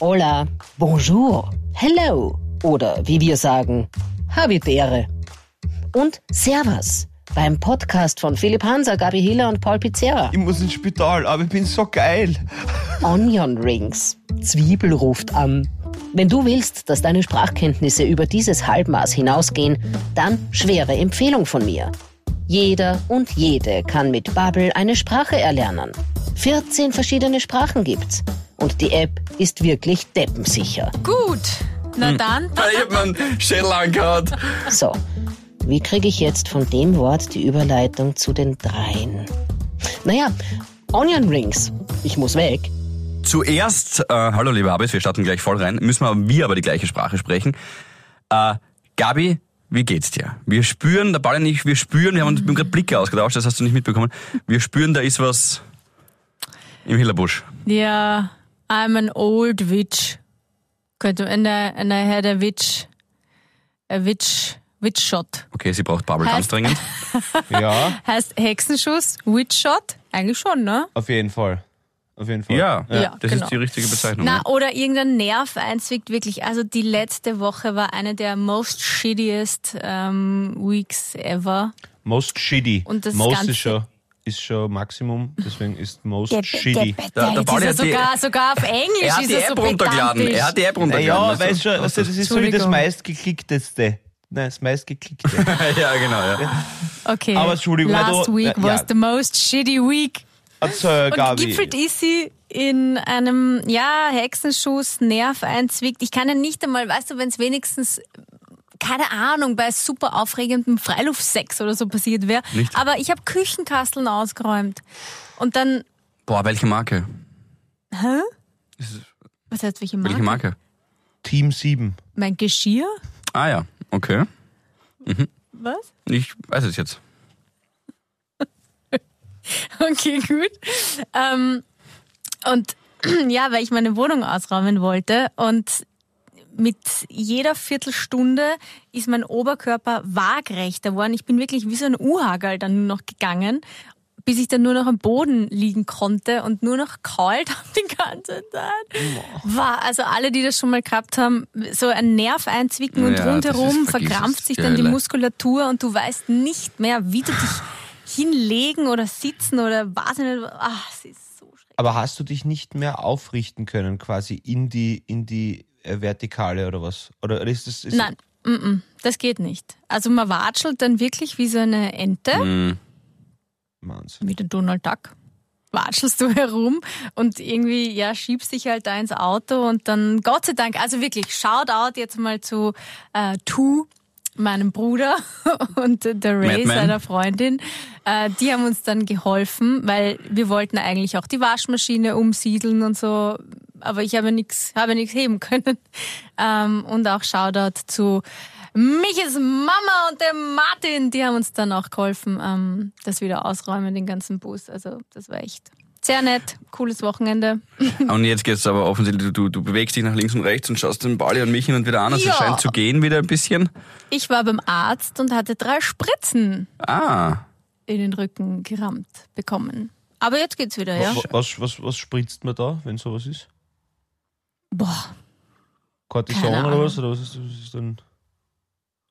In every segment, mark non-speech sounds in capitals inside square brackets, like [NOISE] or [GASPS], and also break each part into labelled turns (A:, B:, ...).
A: Hola, bonjour, hello oder wie wir sagen, Habibere. Und Servus beim Podcast von Philipp Hanser, Gabi Hiller und Paul Pizzerra.
B: Ich muss ins Spital, aber ich bin so geil.
A: Onion Rings. Zwiebel ruft an. Wenn du willst, dass deine Sprachkenntnisse über dieses Halbmaß hinausgehen, dann schwere Empfehlung von mir. Jeder und jede kann mit Babbel eine Sprache erlernen. 14 verschiedene Sprachen gibt's. Und die App ist wirklich deppensicher.
C: Gut. Na
D: Hm.
C: dann.
D: Ich hab meinen Schädel angehört.
A: So, wie kriege ich jetzt von dem Wort die Überleitung zu den dreien? Naja, Onion Rings. Ich muss weg.
D: Zuerst, äh, hallo liebe Abis, wir starten gleich voll rein, müssen wir, wir aber die gleiche Sprache sprechen. Äh, Gabi, wie geht's dir? Wir spüren, der Ball und ich, wir spüren, wir haben uns wir haben gerade Blicke ausgetauscht, das hast du nicht mitbekommen. Wir spüren, da ist was im Hillerbusch.
C: Ja, I'm an old witch. Könnte and I, and I had a witch. A witch. Witch shot.
D: Okay, sie braucht Bubble ganz
C: Heißt-
D: dringend.
B: Ja, [LAUGHS]
C: Heißt Hexenschuss, Witch shot? Eigentlich schon, ne?
B: auf jeden Fall. Auf jeden Fall.
D: Ja,
C: [LAUGHS] Ja,
D: das
C: genau.
D: ist die richtige Bezeichnung.
C: Na,
D: ne?
C: oder irgendein Nerv einzwickt wirklich. Also die letzte Woche war eine der most shittiest ähm, Weeks ever.
B: Most shitty.
C: Und das
B: most
C: Ganze-
B: ist schon, ist schon Maximum, deswegen ist most shitty.
D: der
C: Jetzt
D: Pauli
C: ist
D: hat die-
C: er sogar, sogar auf Englisch
D: er hat
C: ist
D: die
C: er so
D: App runtergeladen. Er hat die App runtergeladen. Also,
B: Ja,
D: weißt du?
B: weißt du, weißt du, das ist so wie das
C: Entschuldigung.
B: meistgeklickteste. Nein, das meistgeklickte.
D: [LAUGHS] ja, genau. Ja.
C: Okay.
B: Aber Entschuldigung,
C: Last
B: also,
C: week
B: ja.
C: was the most shitty week.
B: Erzähl,
C: Und
B: äh, Gabi.
C: gipfelt ist sie in einem, ja, Hexenschuss, Nerv einzwickt. Ich kann ja nicht einmal, weißt du, wenn es wenigstens, keine Ahnung, bei super aufregendem Freiluftsex oder so passiert wäre.
D: Nicht?
C: Aber ich habe Küchenkasteln ausgeräumt. Und dann,
D: Boah, welche Marke?
C: was heißt, welche Marke?
D: Welche Marke?
B: Team 7.
C: Mein Geschirr?
D: Ah ja, okay.
C: Was? [LAUGHS]
D: Ich weiß es jetzt.
C: Okay, gut. Ähm, und [CLEARS THROAT] ja, weil ich meine Wohnung ausräumen wollte und mit jeder Viertelstunde ist mein Oberkörper waagrechter geworden. Ich bin wirklich wie so ein Uhagel dann nur noch gegangen, bis ich dann nur noch am Boden liegen konnte und nur noch kalt [LAUGHS] habe die ganze Zeit. War also alle, die das schon mal gehabt haben, so ein Nerv einzwicken und
D: Ja, das
C: rundherum
D: ist- vergiss
C: verkrampft
D: es,
C: sich
D: die
C: dann die
D: Hölle.
C: Muskulatur und du weißt nicht mehr, wie du
D: [SIGHS]
C: dich hinlegen oder sitzen oder was. Ach, ah, es ist so schrecklich.
B: Aber hast du dich nicht mehr aufrichten können, quasi in die, in die äh, Vertikale oder was? Oder ist das. Ist
C: Nein, mm-mm, das geht nicht. Also man watschelt dann wirklich wie so eine Ente,
D: Hm,
B: Wahnsinn.
C: wie der Donald Duck. Watschelst du [LAUGHS] herum und irgendwie, ja, schiebst dich halt da ins Auto und dann, Gott sei Dank, also wirklich, Shoutout jetzt mal zu äh, Tu, meinem Bruder [LAUGHS] und äh, der Ray,
D: Madman.
C: seiner Freundin. Äh, die haben uns dann geholfen, weil wir wollten eigentlich auch die Waschmaschine umsiedeln und so, aber ich habe nichts habe nix heben können. [LAUGHS] Ähm, und auch Shoutout zu Miches Mama und dem Martin, die haben uns dann auch geholfen, ähm, das wieder ausräumen, den ganzen Bus. Also das war echt sehr nett, cooles Wochenende.
D: Und jetzt geht's aber offensichtlich, du, du bewegst dich nach links und rechts und schaust den Bali und mich hin und wieder an. Also
C: Ja.
D: Es scheint zu gehen wieder ein bisschen.
C: Ich war beim Arzt und hatte drei Spritzen
D: Ah,
C: in den Rücken gerammt bekommen. Aber jetzt geht's wieder, ja?
B: Wa- wa- Was, was, was spritzt man da, wenn sowas ist?
C: Boah,
B: Cortison
C: Keine
B: oder
C: Ahnung.
B: was? Oder was ist, was ist denn?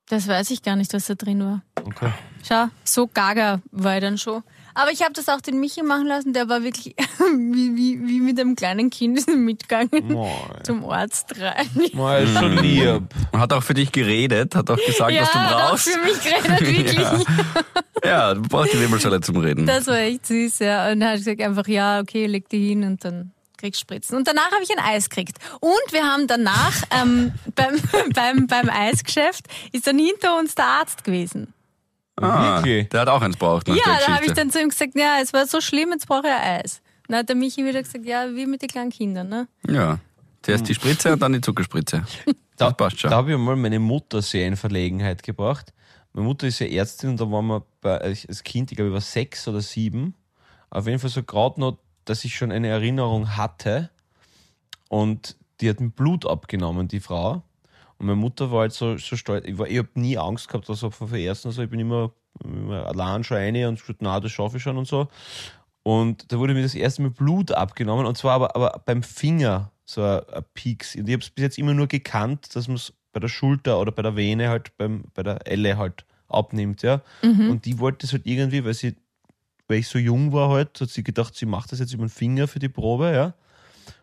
C: das weiß ich gar nicht, was da drin war.
D: [LAUGHS]
B: Okay.
C: Schau, so gaga war ich dann schon. Aber ich habe das auch den Michi machen lassen, der war wirklich [LAUGHS] wie, wie, wie mit einem kleinen Kind [LAUGHS] ist er mitgegangen
B: Moin.
C: zum Arzt rein.
B: Moin, ist
D: Mm.
B: schon lieb.
D: und hat auch für dich geredet, hat auch gesagt,
C: ja,
D: was
C: [LAUGHS]
D: du
C: hat auch
D: brauchst.
C: für mich geredet,
D: [LAUGHS]
C: wirklich.
D: Ja, du brauchst die Wirbelsäule zum Reden.
C: Das war echt süß, ja. Und dann hat gesagt einfach, ja, okay, leg die hin und dann kriegst Spritzen. Und danach habe ich ein Eis gekriegt. Und wir haben danach ähm, [LAUGHS] beim, beim, beim Eisgeschäft ist dann hinter uns der Arzt gewesen.
D: ah,
B: Wirklich?
D: der hat auch eins braucht nach der
C: ja, da
D: Geschichte.
C: habe ich dann zu ihm gesagt, ja, es war so schlimm, jetzt brauche ich ein Eis. Dann hat der Michi wieder gesagt, ja, wie mit den kleinen Kindern, ne?
D: ja, zuerst die Spritze und dann die Zuckerspritze.
B: Da,
D: Das passt schon.
B: da habe ich mal meine Mutter sehr in Verlegenheit gebracht. Meine Mutter ist ja Ärztin und da waren wir bei, als als Kind, ich glaube, ich war sechs oder sieben. Auf jeden Fall so gerade noch, dass ich schon eine Erinnerung hatte. Und die hat mir Blut abgenommen, die Frau. Und meine Mutter war halt so, so stolz. Ich, war- ich habe nie Angst gehabt, also von der ersten. Also ich bin immer, immer allein schon eine und gesagt, na, das schaffe ich schon und so. Und da wurde mir das erste Mal Blut abgenommen. Und zwar aber, aber beim Finger so ein, ein Peaks. Und ich habe es bis jetzt immer nur gekannt, dass man es bei der Schulter oder bei der Vene halt, beim, bei der Elle halt abnimmt, ja. Und die wollte es halt irgendwie, weil sie, weil ich so jung war halt, hat sie gedacht, sie macht das jetzt über den Finger für die Probe, ja.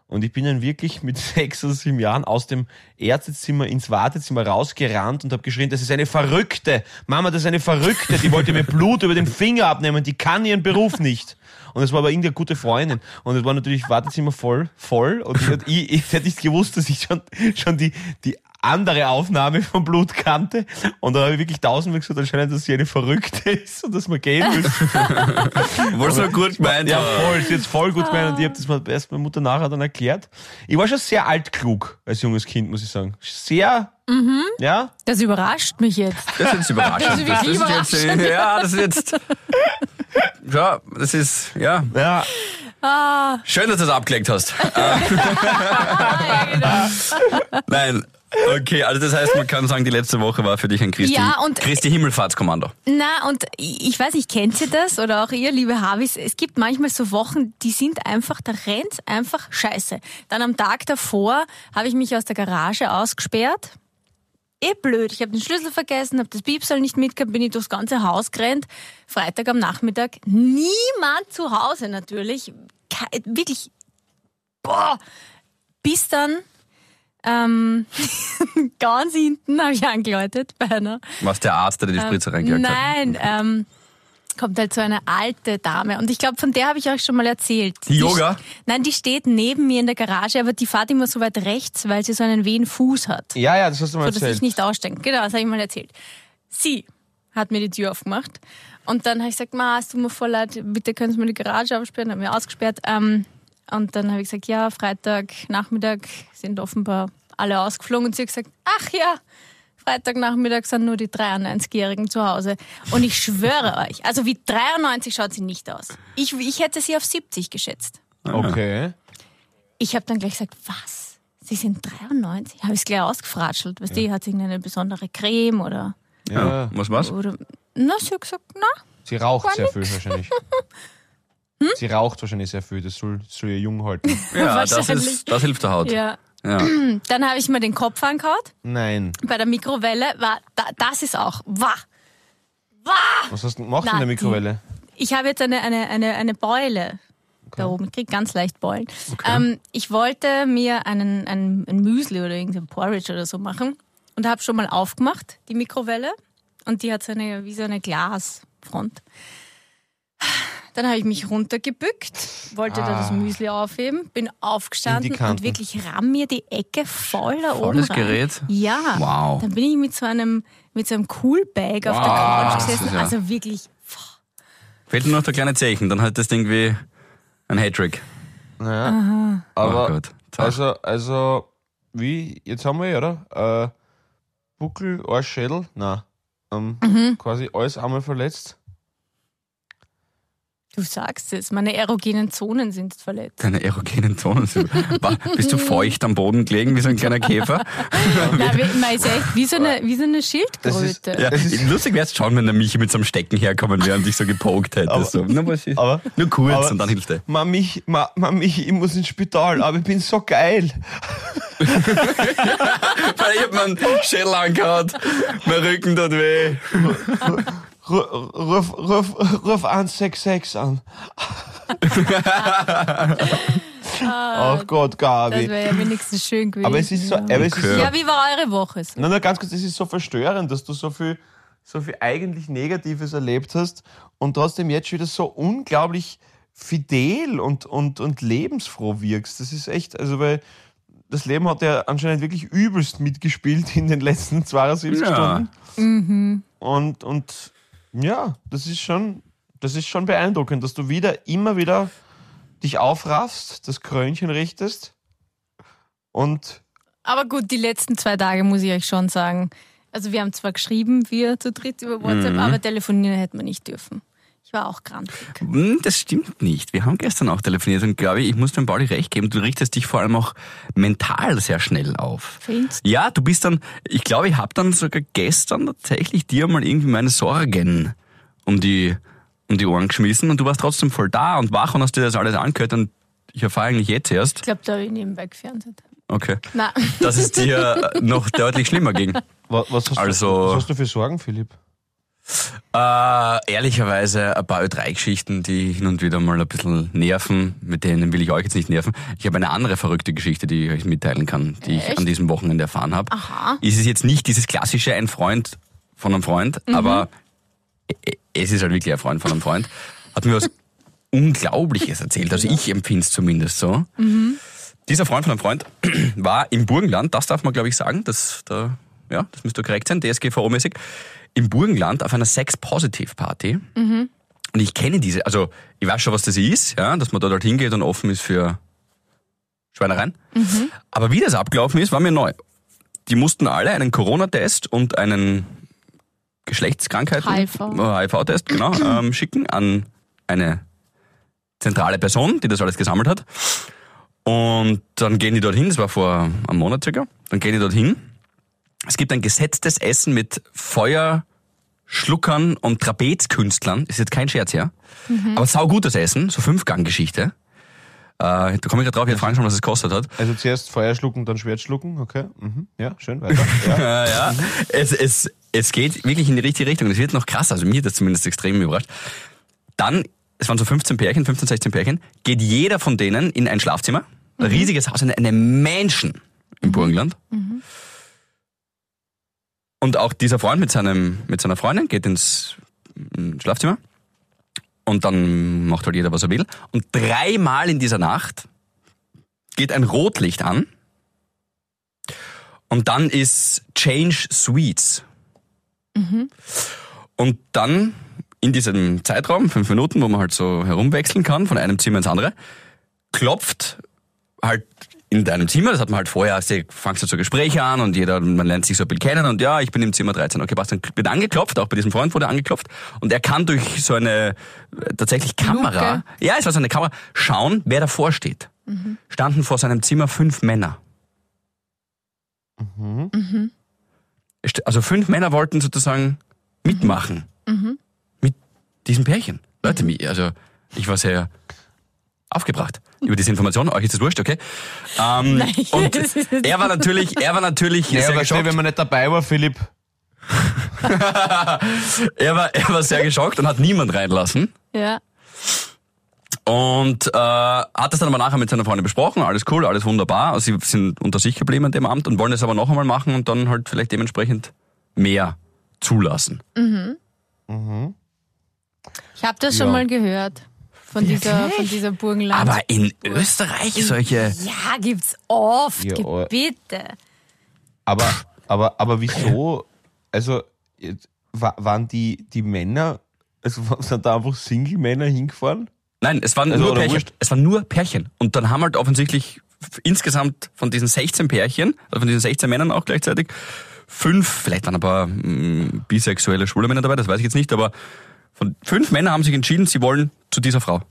B: Und ich bin dann wirklich mit [LAUGHS] sechs oder sieben Jahren aus dem Ärztezimmer ins Wartezimmer rausgerannt und habe geschrien, das ist eine Verrückte. Mama, das ist eine Verrückte. Die wollte mir Blut über den Finger abnehmen. Die kann ihren Beruf nicht. Und es war aber irgendeine gute Freundin. Und es war natürlich Wartezimmer voll, voll. Und ich, ich, ich hätte nicht gewusst, dass ich schon, schon die, die andere Aufnahme von Blut kannte. Und da habe ich wirklich tausendmal gesagt, anscheinend, dass sie eine Verrückte ist und dass man gehen müssen.
D: Wohl so gut gemeint.
B: Ja,
D: Ja,
B: voll. Sie hat voll gut gemeint und ich habe das mal erst meine Mutter nachher dann erklärt. Ich war schon sehr altklug als junges Kind, muss ich sagen. Sehr,
C: Mhm.
B: ja,
C: Das überrascht mich jetzt.
D: das ist jetzt überraschend.
C: Das ist wirklich
D: jetzt, ja, das ist jetzt. Ja, das ist, ja.
B: ja.
D: Schön, dass du das
C: [LAUGHS]
D: abgelegt hast.
C: genau.
D: [LAUGHS] Nein. Okay, also das heißt, man kann sagen, die letzte Woche war für dich ein Christi,
C: Ja, und-
D: Christi Himmelfahrtskommando.
C: Na, und ich ich weiß nicht, kennt ihr das oder auch ihr, liebe Havis? Es gibt manchmal so Wochen, die sind einfach, da rennt einfach scheiße. Dann am Tag davor habe ich mich aus der Garage ausgesperrt. Eh blöd, ich habe den Schlüssel vergessen, habe das Piepsal nicht mitgehabt, bin ich durchs ganze Haus gerannt. Freitag am Nachmittag, niemand zu Hause natürlich. Ke- Wirklich, boah. Bis dann, ähm, [LAUGHS] ganz hinten habe ich angeläutet bei einer
D: Was der Arzt, der dir die Spritze reingejagt hat.
C: Nein, ähm, kommt halt so eine alte Dame. Und ich glaube, von der habe ich euch schon mal erzählt.
D: Die Yoga?
C: st- nein, die steht neben mir in der Garage, aber die fährt immer so weit rechts, weil sie so einen wehen Fuß hat.
B: Ja, ja, das hast du mal
C: So, dass ich
B: erzählt.
C: nicht aussteigen kann. Genau, das habe ich mal erzählt. Sie hat mir die Tür aufgemacht. Und dann habe ich gesagt, Ma, es tut mir voll leid, bitte können Sie mir die Garage aufsperren. Haben wir ausgesperrt. Ähm, und dann habe ich gesagt, ja, Freitag, Nachmittag sind offenbar alle ausgeflogen. Und sie hat gesagt, ach ja, Freitagnachmittag sind nur die 93-Jährigen zu Hause. Und ich schwöre euch, also wie 93 schaut sie nicht aus. Ich, ich hätte sie auf 70 geschätzt.
B: Okay.
C: Ich habe dann gleich gesagt, was? Sie sind 93? Habe ich es gleich ausgefratschelt. Weißt du, hat sie irgendeine besondere Creme oder,
D: Ja.
B: Ja.
D: Was war's?
C: oder... Na, sie hat gesagt, na,
B: Sie raucht sehr viel
C: [LAUGHS]
B: wahrscheinlich.
C: Hm?
B: Sie raucht wahrscheinlich sehr viel, das soll, das soll ihr jung halten.
D: Ja, das,
C: Wahrscheinlich.
D: ist, das hilft der Haut.
C: ja.
D: Ja.
C: [CLEARS THROAT] Dann habe ich mir den Kopf angehaut.
B: [LAUGHS] Nein.
C: Bei der Mikrowelle war, da, das ist auch, wah.
B: Was hast du denn gemacht
C: Na,
B: in der Mikrowelle?
C: Ich habe jetzt eine, eine, eine, eine Beule da oben. Ich kriege ganz leicht Beulen. Ähm, ich wollte mir einen, einen, ein Müsli oder irgendein Porridge oder so machen und habe schon mal aufgemacht, die Mikrowelle. Und die hat so eine, wie so eine Glasfront. Dann habe ich mich runtergebückt, wollte da das
B: Ah.
C: Müsli aufheben, bin
B: In
C: aufgestanden
B: die Kanten.
C: und wirklich ramm mir die Ecke voll da oben.
D: Volles
C: rein.
D: Gerät?
C: Ja.
D: Wow.
C: Dann bin ich mit so einem, mit so einem Coolbag auf der
D: Wow.
C: Couch
D: Das ist
C: gesessen.
D: ja-
C: Also wirklich
D: Fehlt nur noch der kleine Zeichen, dann hat das Ding wie ein Hattrick.
B: Naja.
C: Ah.
D: Oh
B: Aber,
D: Gott. Also,
B: also, also, wie, jetzt haben wir ja, oder? Äh, Buckel, Arschschädel, na, ähm,
C: Mhm.
B: quasi alles einmal verletzt.
C: Du sagst es, meine erogenen Zonen sind verletzt.
D: Deine erogenen Zonen sind. Wa- Bist du feucht am Boden gelegen wie so ein
B: [LAUGHS]
D: kleiner Käfer?
C: Na, wie- man ist echt wie so eine, wie so eine
B: Das
C: Schildkröte.
B: ist-
D: Ja,
B: Das ist-
D: lustig wär's schon, wenn der Michi mit so einem Stecken herkommen wäre und dich so gepokt hätte.
B: Aber-
D: so. Nur, was ist,
B: aber-
D: nur kurz
B: aber-
D: und dann hilft er.
B: Mami, ich- Ma- Mami, ich muss ins Spital, aber ich bin so geil.
D: Weil ich hab meinen Schädel angehaut, mein Rücken tut weh.
B: Ru- Ruf, ruf, ruf 166
D: [LAUGHS]
B: an. Ach Gott,
C: Ah, das
B: Gabi.
C: wäre ja wenigstens schön gewesen.
B: Aber es ist so,
C: Ja.
B: aber es ist so,
C: ja, wie war eure Woche? So?
B: na, na, ganz kurz, es ist so verstörend, dass du so viel, so viel eigentlich Negatives erlebt hast und trotzdem jetzt wieder so unglaublich fidel und, und, und lebensfroh wirkst. Das ist echt, also weil das Leben hat ja anscheinend wirklich übelst mitgespielt in den letzten 72
D: Ja.
B: Stunden. Und, und ja, das ist schon, das ist schon beeindruckend, dass du wieder, immer wieder dich aufraffst, das Krönchen richtest und
C: Aber gut, die letzten zwei Tage muss ich euch schon sagen. Also wir haben zwar geschrieben, wir zu dritt über WhatsApp,
B: Mhm.
C: aber telefonieren hätten wir nicht dürfen. Ich war auch krank.
D: Hm, Das stimmt nicht. Wir haben gestern auch telefoniert und glaube ich, ich muss dem Pauli recht geben, du richtest dich vor allem auch mental sehr schnell auf.
C: Findest
D: Ja, du bist dann, ich glaube, ich habe dann sogar gestern tatsächlich dir mal irgendwie meine Sorgen um die, um die Ohren geschmissen und du warst trotzdem voll da und wach und hast dir das alles angehört und ich erfahre eigentlich jetzt erst.
C: Ich glaube, da habe ich nebenbei gefernseht.
D: Okay.
C: Nein.
D: Dass es dir noch deutlich schlimmer ging.
B: Wa- Was hast,
D: Also-
B: du, was hast du für Sorgen, Philipp?
D: Äh, ehrlicherweise ein paar Ö3-Geschichten, die hin und wieder mal ein bisschen nerven. Mit denen will ich euch jetzt nicht nerven. Ich habe eine andere verrückte Geschichte, die ich euch mitteilen kann, die ich
C: Echt?
D: an diesem Wochenende erfahren habe. Es ist jetzt nicht dieses klassische ein Freund von einem Freund, aber e- es ist halt wirklich ein Freund von einem Freund. Hat mir was Unglaubliches erzählt. Also ich empfinde es zumindest so. Dieser Freund von einem Freund [CLEARS THROAT] war im Burgenland, das darf man glaube ich sagen, das, da, ja, das müsste korrekt sein, DSGVO-mäßig, im Burgenland auf einer Sex-Positive-Party. Und ich kenne diese, also ich weiß schon, was das ist, ja, dass man dort halt hingeht und offen ist für Schweinereien. Aber wie das abgelaufen ist, war mir neu. Die mussten alle einen Corona-Test und einen Geschlechtskrankheiten,
C: HIV.
D: HIV-Test, genau, ähm, schicken an eine zentrale Person, die das alles gesammelt hat. Und dann gehen die dorthin, das war vor einem Monat circa, dann gehen die dorthin. Es gibt ein gesetztes Essen mit Feuer, Schluckern und Trapezkünstlern. Ist jetzt kein Scherz, ja? Aber saugutes Essen, so Fünfgang-Geschichte. Äh, da komme ich gerade drauf, ich fragen schon, was es kostet hat.
B: Also zuerst Feuer schlucken, dann Schwert schlucken, okay? Mhm. Ja, schön, [LAUGHS] weiter. Ja.
D: Äh, ja, es, es, es geht wirklich in die richtige Richtung. Es wird noch krasser, also mir hat das zumindest extrem überrascht. Dann, es waren so 15 Pärchen, 15, 16 Pärchen, geht jeder von denen in ein Schlafzimmer, ein riesiges Haus, eine, eine Menschen im Burgenland. Und auch dieser Freund mit, seinem, mit seiner Freundin geht ins mm, Schlafzimmer und dann macht halt jeder, was er will. Und dreimal in dieser Nacht geht ein Rotlicht an. Und dann ist Change Sweets. Und dann in diesem Zeitraum, fünf Minuten, wo man halt so herumwechseln kann, von einem Zimmer ins andere, klopft halt in deinem Zimmer, das hat man halt vorher, sie- fangst du so Gespräche an und jeder, man lernt sich so ein bisschen kennen und ja, ich bin im Zimmer 13. Okay, passt, dann wird angeklopft, auch bei diesem Freund wurde angeklopft und er kann durch so eine äh, tatsächlich Kamera,
C: Luke.
D: ja, es war so eine Kamera, schauen, wer davor steht. Standen vor seinem Zimmer fünf Männer. St- also fünf Männer wollten sozusagen mitmachen mit diesem Pärchen. Leute, mi- also ich war sehr aufgebracht über diese Information. Euch ist das wurscht, okay?
C: [LAUGHS]
D: Ähm,
C: Nein,
D: und
C: das ist-
D: er war natürlich, er war natürlich sehr
B: aber schnell,
D: geschockt.
B: wenn man nicht dabei war, Philipp.
D: Er war, er war sehr geschockt und hat niemand reinlassen.
C: Ja.
D: Und äh, hat das dann aber nachher mit seiner Freundin besprochen, alles cool, alles wunderbar. Also sie sind unter sich geblieben an dem Abend und wollen es aber noch einmal machen und dann halt vielleicht dementsprechend mehr zulassen.
C: Ich habe das schon
B: Ja.
C: mal gehört. Von dieser, von dieser Burgenland.
D: Aber in Österreich solche...
C: ja, gibt's oft.
B: Ja, oh.
C: Ge-
B: aber-
C: bitte.
B: Aber, aber, aber wieso? Also, jetzt, wa- waren die, die Männer, also [LAUGHS] sind da einfach Single-Männer hingefahren?
D: Nein, es waren
B: Also,
D: nur
B: oder
D: Pärchen.
B: wurscht.
D: Es waren nur Pärchen. Und dann haben halt offensichtlich f- insgesamt von diesen 16 Pärchen, also von diesen 16 Männern auch gleichzeitig, fünf, vielleicht waren ein paar mm, bisexuelle, schwule Männer dabei, das weiß ich jetzt nicht, aber von fünf Männern haben sich entschieden, sie wollen zu dieser Frau.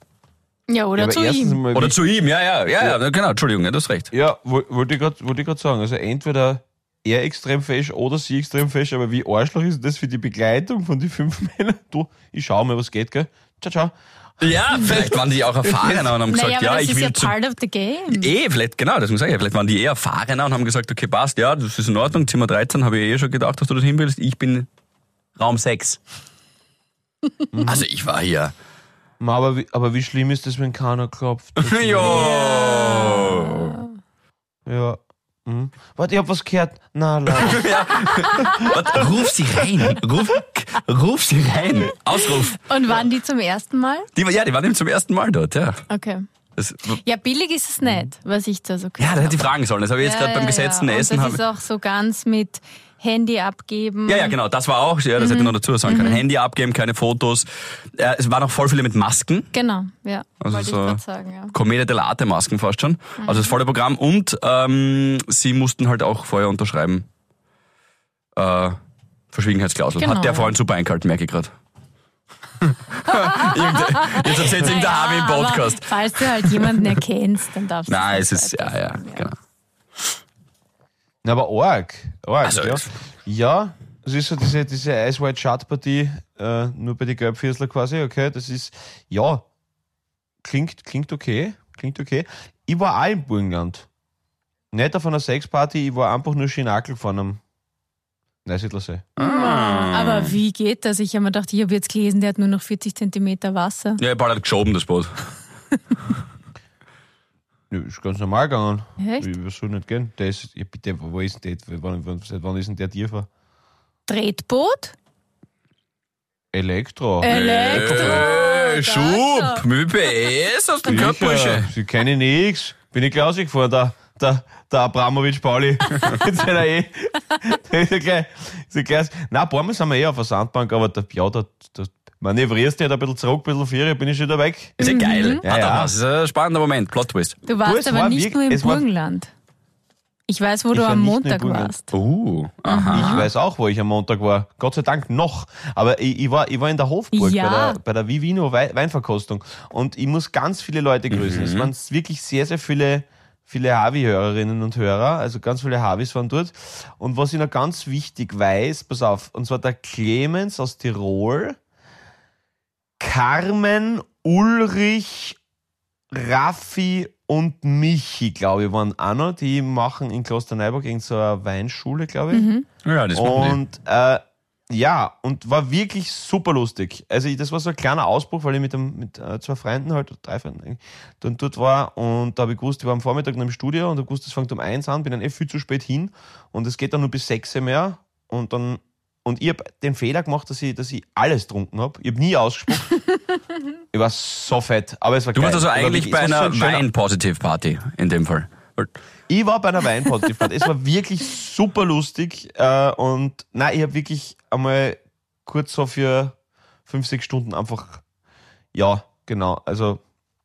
C: Ja, oder
B: aber
C: zu
B: erstens
C: ihm.
B: mal,
D: Oder
B: wie-
D: zu ihm, ja, ja, ja, ja, genau, Entschuldigung, ja, du hast recht.
B: Ja, woll- wollte ich gerade wollt sagen. Also entweder er extrem fesch oder sie extrem fesch, aber wie Arschloch ist das für die Begleitung von den fünf [LAUGHS] Männern? Du, ich schau mal, was geht, gell? Ciao, ciao.
D: Ja, vielleicht waren die auch erfahrener und haben gesagt,
C: Naja, aber
D: ja,
C: das
D: ich
C: ist
D: will
C: ja
D: zu
C: part of the game.
D: Eh, vielleicht, genau, das muss ich sagen. Vielleicht waren die eh erfahrener und haben gesagt, okay, passt, ja, das ist in Ordnung, Zimmer 13, habe ich eh schon gedacht, dass du dorthin willst. Ich bin Raum
C: [LAUGHS]
D: 6. also ich war hier.
B: Ma, Aber wie, aber wie schlimm ist das, wenn keiner
D: [LAUGHS]
B: klopft?
D: jo!
B: ja. Hm. Warte, ich hab was gehört. Na,
D: [LAUGHS]
B: la.
D: Warte, ruf sie rein. Ruf, ruf sie rein. Ausruf.
C: Und waren die zum ersten Mal?
D: Die, war- ja, die waren eben zum ersten Mal dort, ja.
C: Okay.
D: Das,
C: Ja, billig ist es nicht, was ich da so
D: ja, da hätte ich fragen sollen. Das habe ich jetzt gerade beim gesetzten
C: ja. Und
D: Essen.
C: Das
D: habe-
C: ist auch so ganz mit Handy abgeben.
D: Ja, ja, genau, das war auch, ja, das hätte ich noch dazu sagen
C: Mhm.
D: können. Handy abgeben, keine Fotos. Äh, es waren auch voll viele mit Masken.
C: Genau, ja.
D: Also
C: wollte
D: so-
C: ich gerade sagen, ja.
D: Commedia dell'arte Masken fast schon. Also das volle Programm. Und ähm, sie mussten halt auch vorher unterschreiben. Äh, Verschwiegenheitsklausel.
C: Genau,
D: Hat der
C: ja.
D: Freund super eingehalten, merke ich [LAUGHS] gerade. Jetzt erzählt ihm der Harvey im
C: aber
D: Podcast.
C: Falls du halt jemanden erkennst, dann darfst du
D: Nein, es
C: das
D: ist,
C: nicht
D: ja, ja, genau.
B: Na, aber arg. Arg,
D: Also,
B: ja.
D: jetzt-
B: Ja, es ist so diese, diese Ice-White-Shot-Partie, äh, nur bei den Gelbfüßler quasi, okay? Das ist, ja, klingt, klingt okay, Klingt okay. Ich war auch im Burgenland. Nicht auf einer Sexparty, ich war einfach nur Schinakel von einem Neusiedlersee.
D: genau.
C: Ah. Aber wie geht das? Ich habe mir gedacht, ich habe jetzt gelesen, der hat nur noch 40 Zentimeter Wasser.
D: Ja, Paul hat geschoben, das Boot.
B: Ja, Ist ganz normal gegangen.
C: Echt?
B: Ich was soll nicht gehen. Der ist, ja, bitte, wo ist denn der? Wann, wann, seit wann ist denn der tiefer?
C: Tretboot?
B: Elektro.
D: Äh,
C: Elektro!
D: Schub, mit PS aus dem
B: Sicher.
D: Körper.
B: Sie kennen nix. Bin ich klausig gefahren, da. Der, der Abramowitsch Pauli. Mit seiner E. Der ist ja gleich. Ist ja gleich. Nein, ein paar Mal sind wir eh auf der Sandbank, aber der, ja, der, der manövrierst du halt ein bisschen zurück, ein bisschen vier, bin ich schon wieder weg.
D: Ist ja geil.
B: Ja,
D: Ah, da
B: ja.
D: war's. Das ist ein spannender Moment. Plot Twist.
C: Du warst
B: Du, es
C: aber
B: war
C: nicht
B: wirk-
C: nur im
B: es war-
C: Burgenland. Ich weiß, wo du
B: war
C: am
B: nicht nur im
C: Montag
B: Burgenland.
C: warst.
D: Uh, aha.
B: Ich weiß auch, wo ich am Montag war. Gott sei Dank noch. Aber ich, ich, war, ich war in der Hofburg
C: Ja.
B: bei der, bei der Vivino Wei- Weinverkostung. Und ich muss ganz viele Leute grüßen. Es waren wirklich sehr, sehr viele, viele Havi-Hörerinnen und Hörer. Also ganz viele Havis waren dort. Und was ich noch ganz wichtig weiß, pass auf, und zwar der Clemens aus Tirol, Carmen, Ulrich, Raffi und Michi, glaube ich, waren auch noch. Die machen in Klosterneuburg irgend so eine Weinschule, glaube
C: Mhm.
B: ich.
D: Ja, das machen
B: Und äh, ja, und war wirklich super lustig. Also ich, das war so ein kleiner Ausbruch, weil ich mit, dem, mit äh, zwei Freunden halt, oder drei Freunden eigentlich, dann dort war und da habe ich gewusst, ich war am Vormittag noch im Studio und habe gewusst, es fängt um eins an, bin dann eh viel zu spät hin und es geht dann nur bis sechs Uhr mehr und dann und ich habe den Fehler gemacht, dass ich, dass ich alles getrunken habe. Ich habe nie
D: [LAUGHS]
B: ausgespuckt. ich war so fett, aber es war
D: Du
B: geil.
D: warst also
B: Und da
D: eigentlich
B: wirklich-
D: bei
B: es war so
D: einer
B: ein schöner
D: Wein-Positive-Party in dem Fall. Weil-
B: ich war bei einer Weinparty-Fahrt. es war wirklich super lustig. Äh, und nein, ich habe wirklich einmal kurz so für fünf, sechs Stunden einfach. Ja, genau. Also,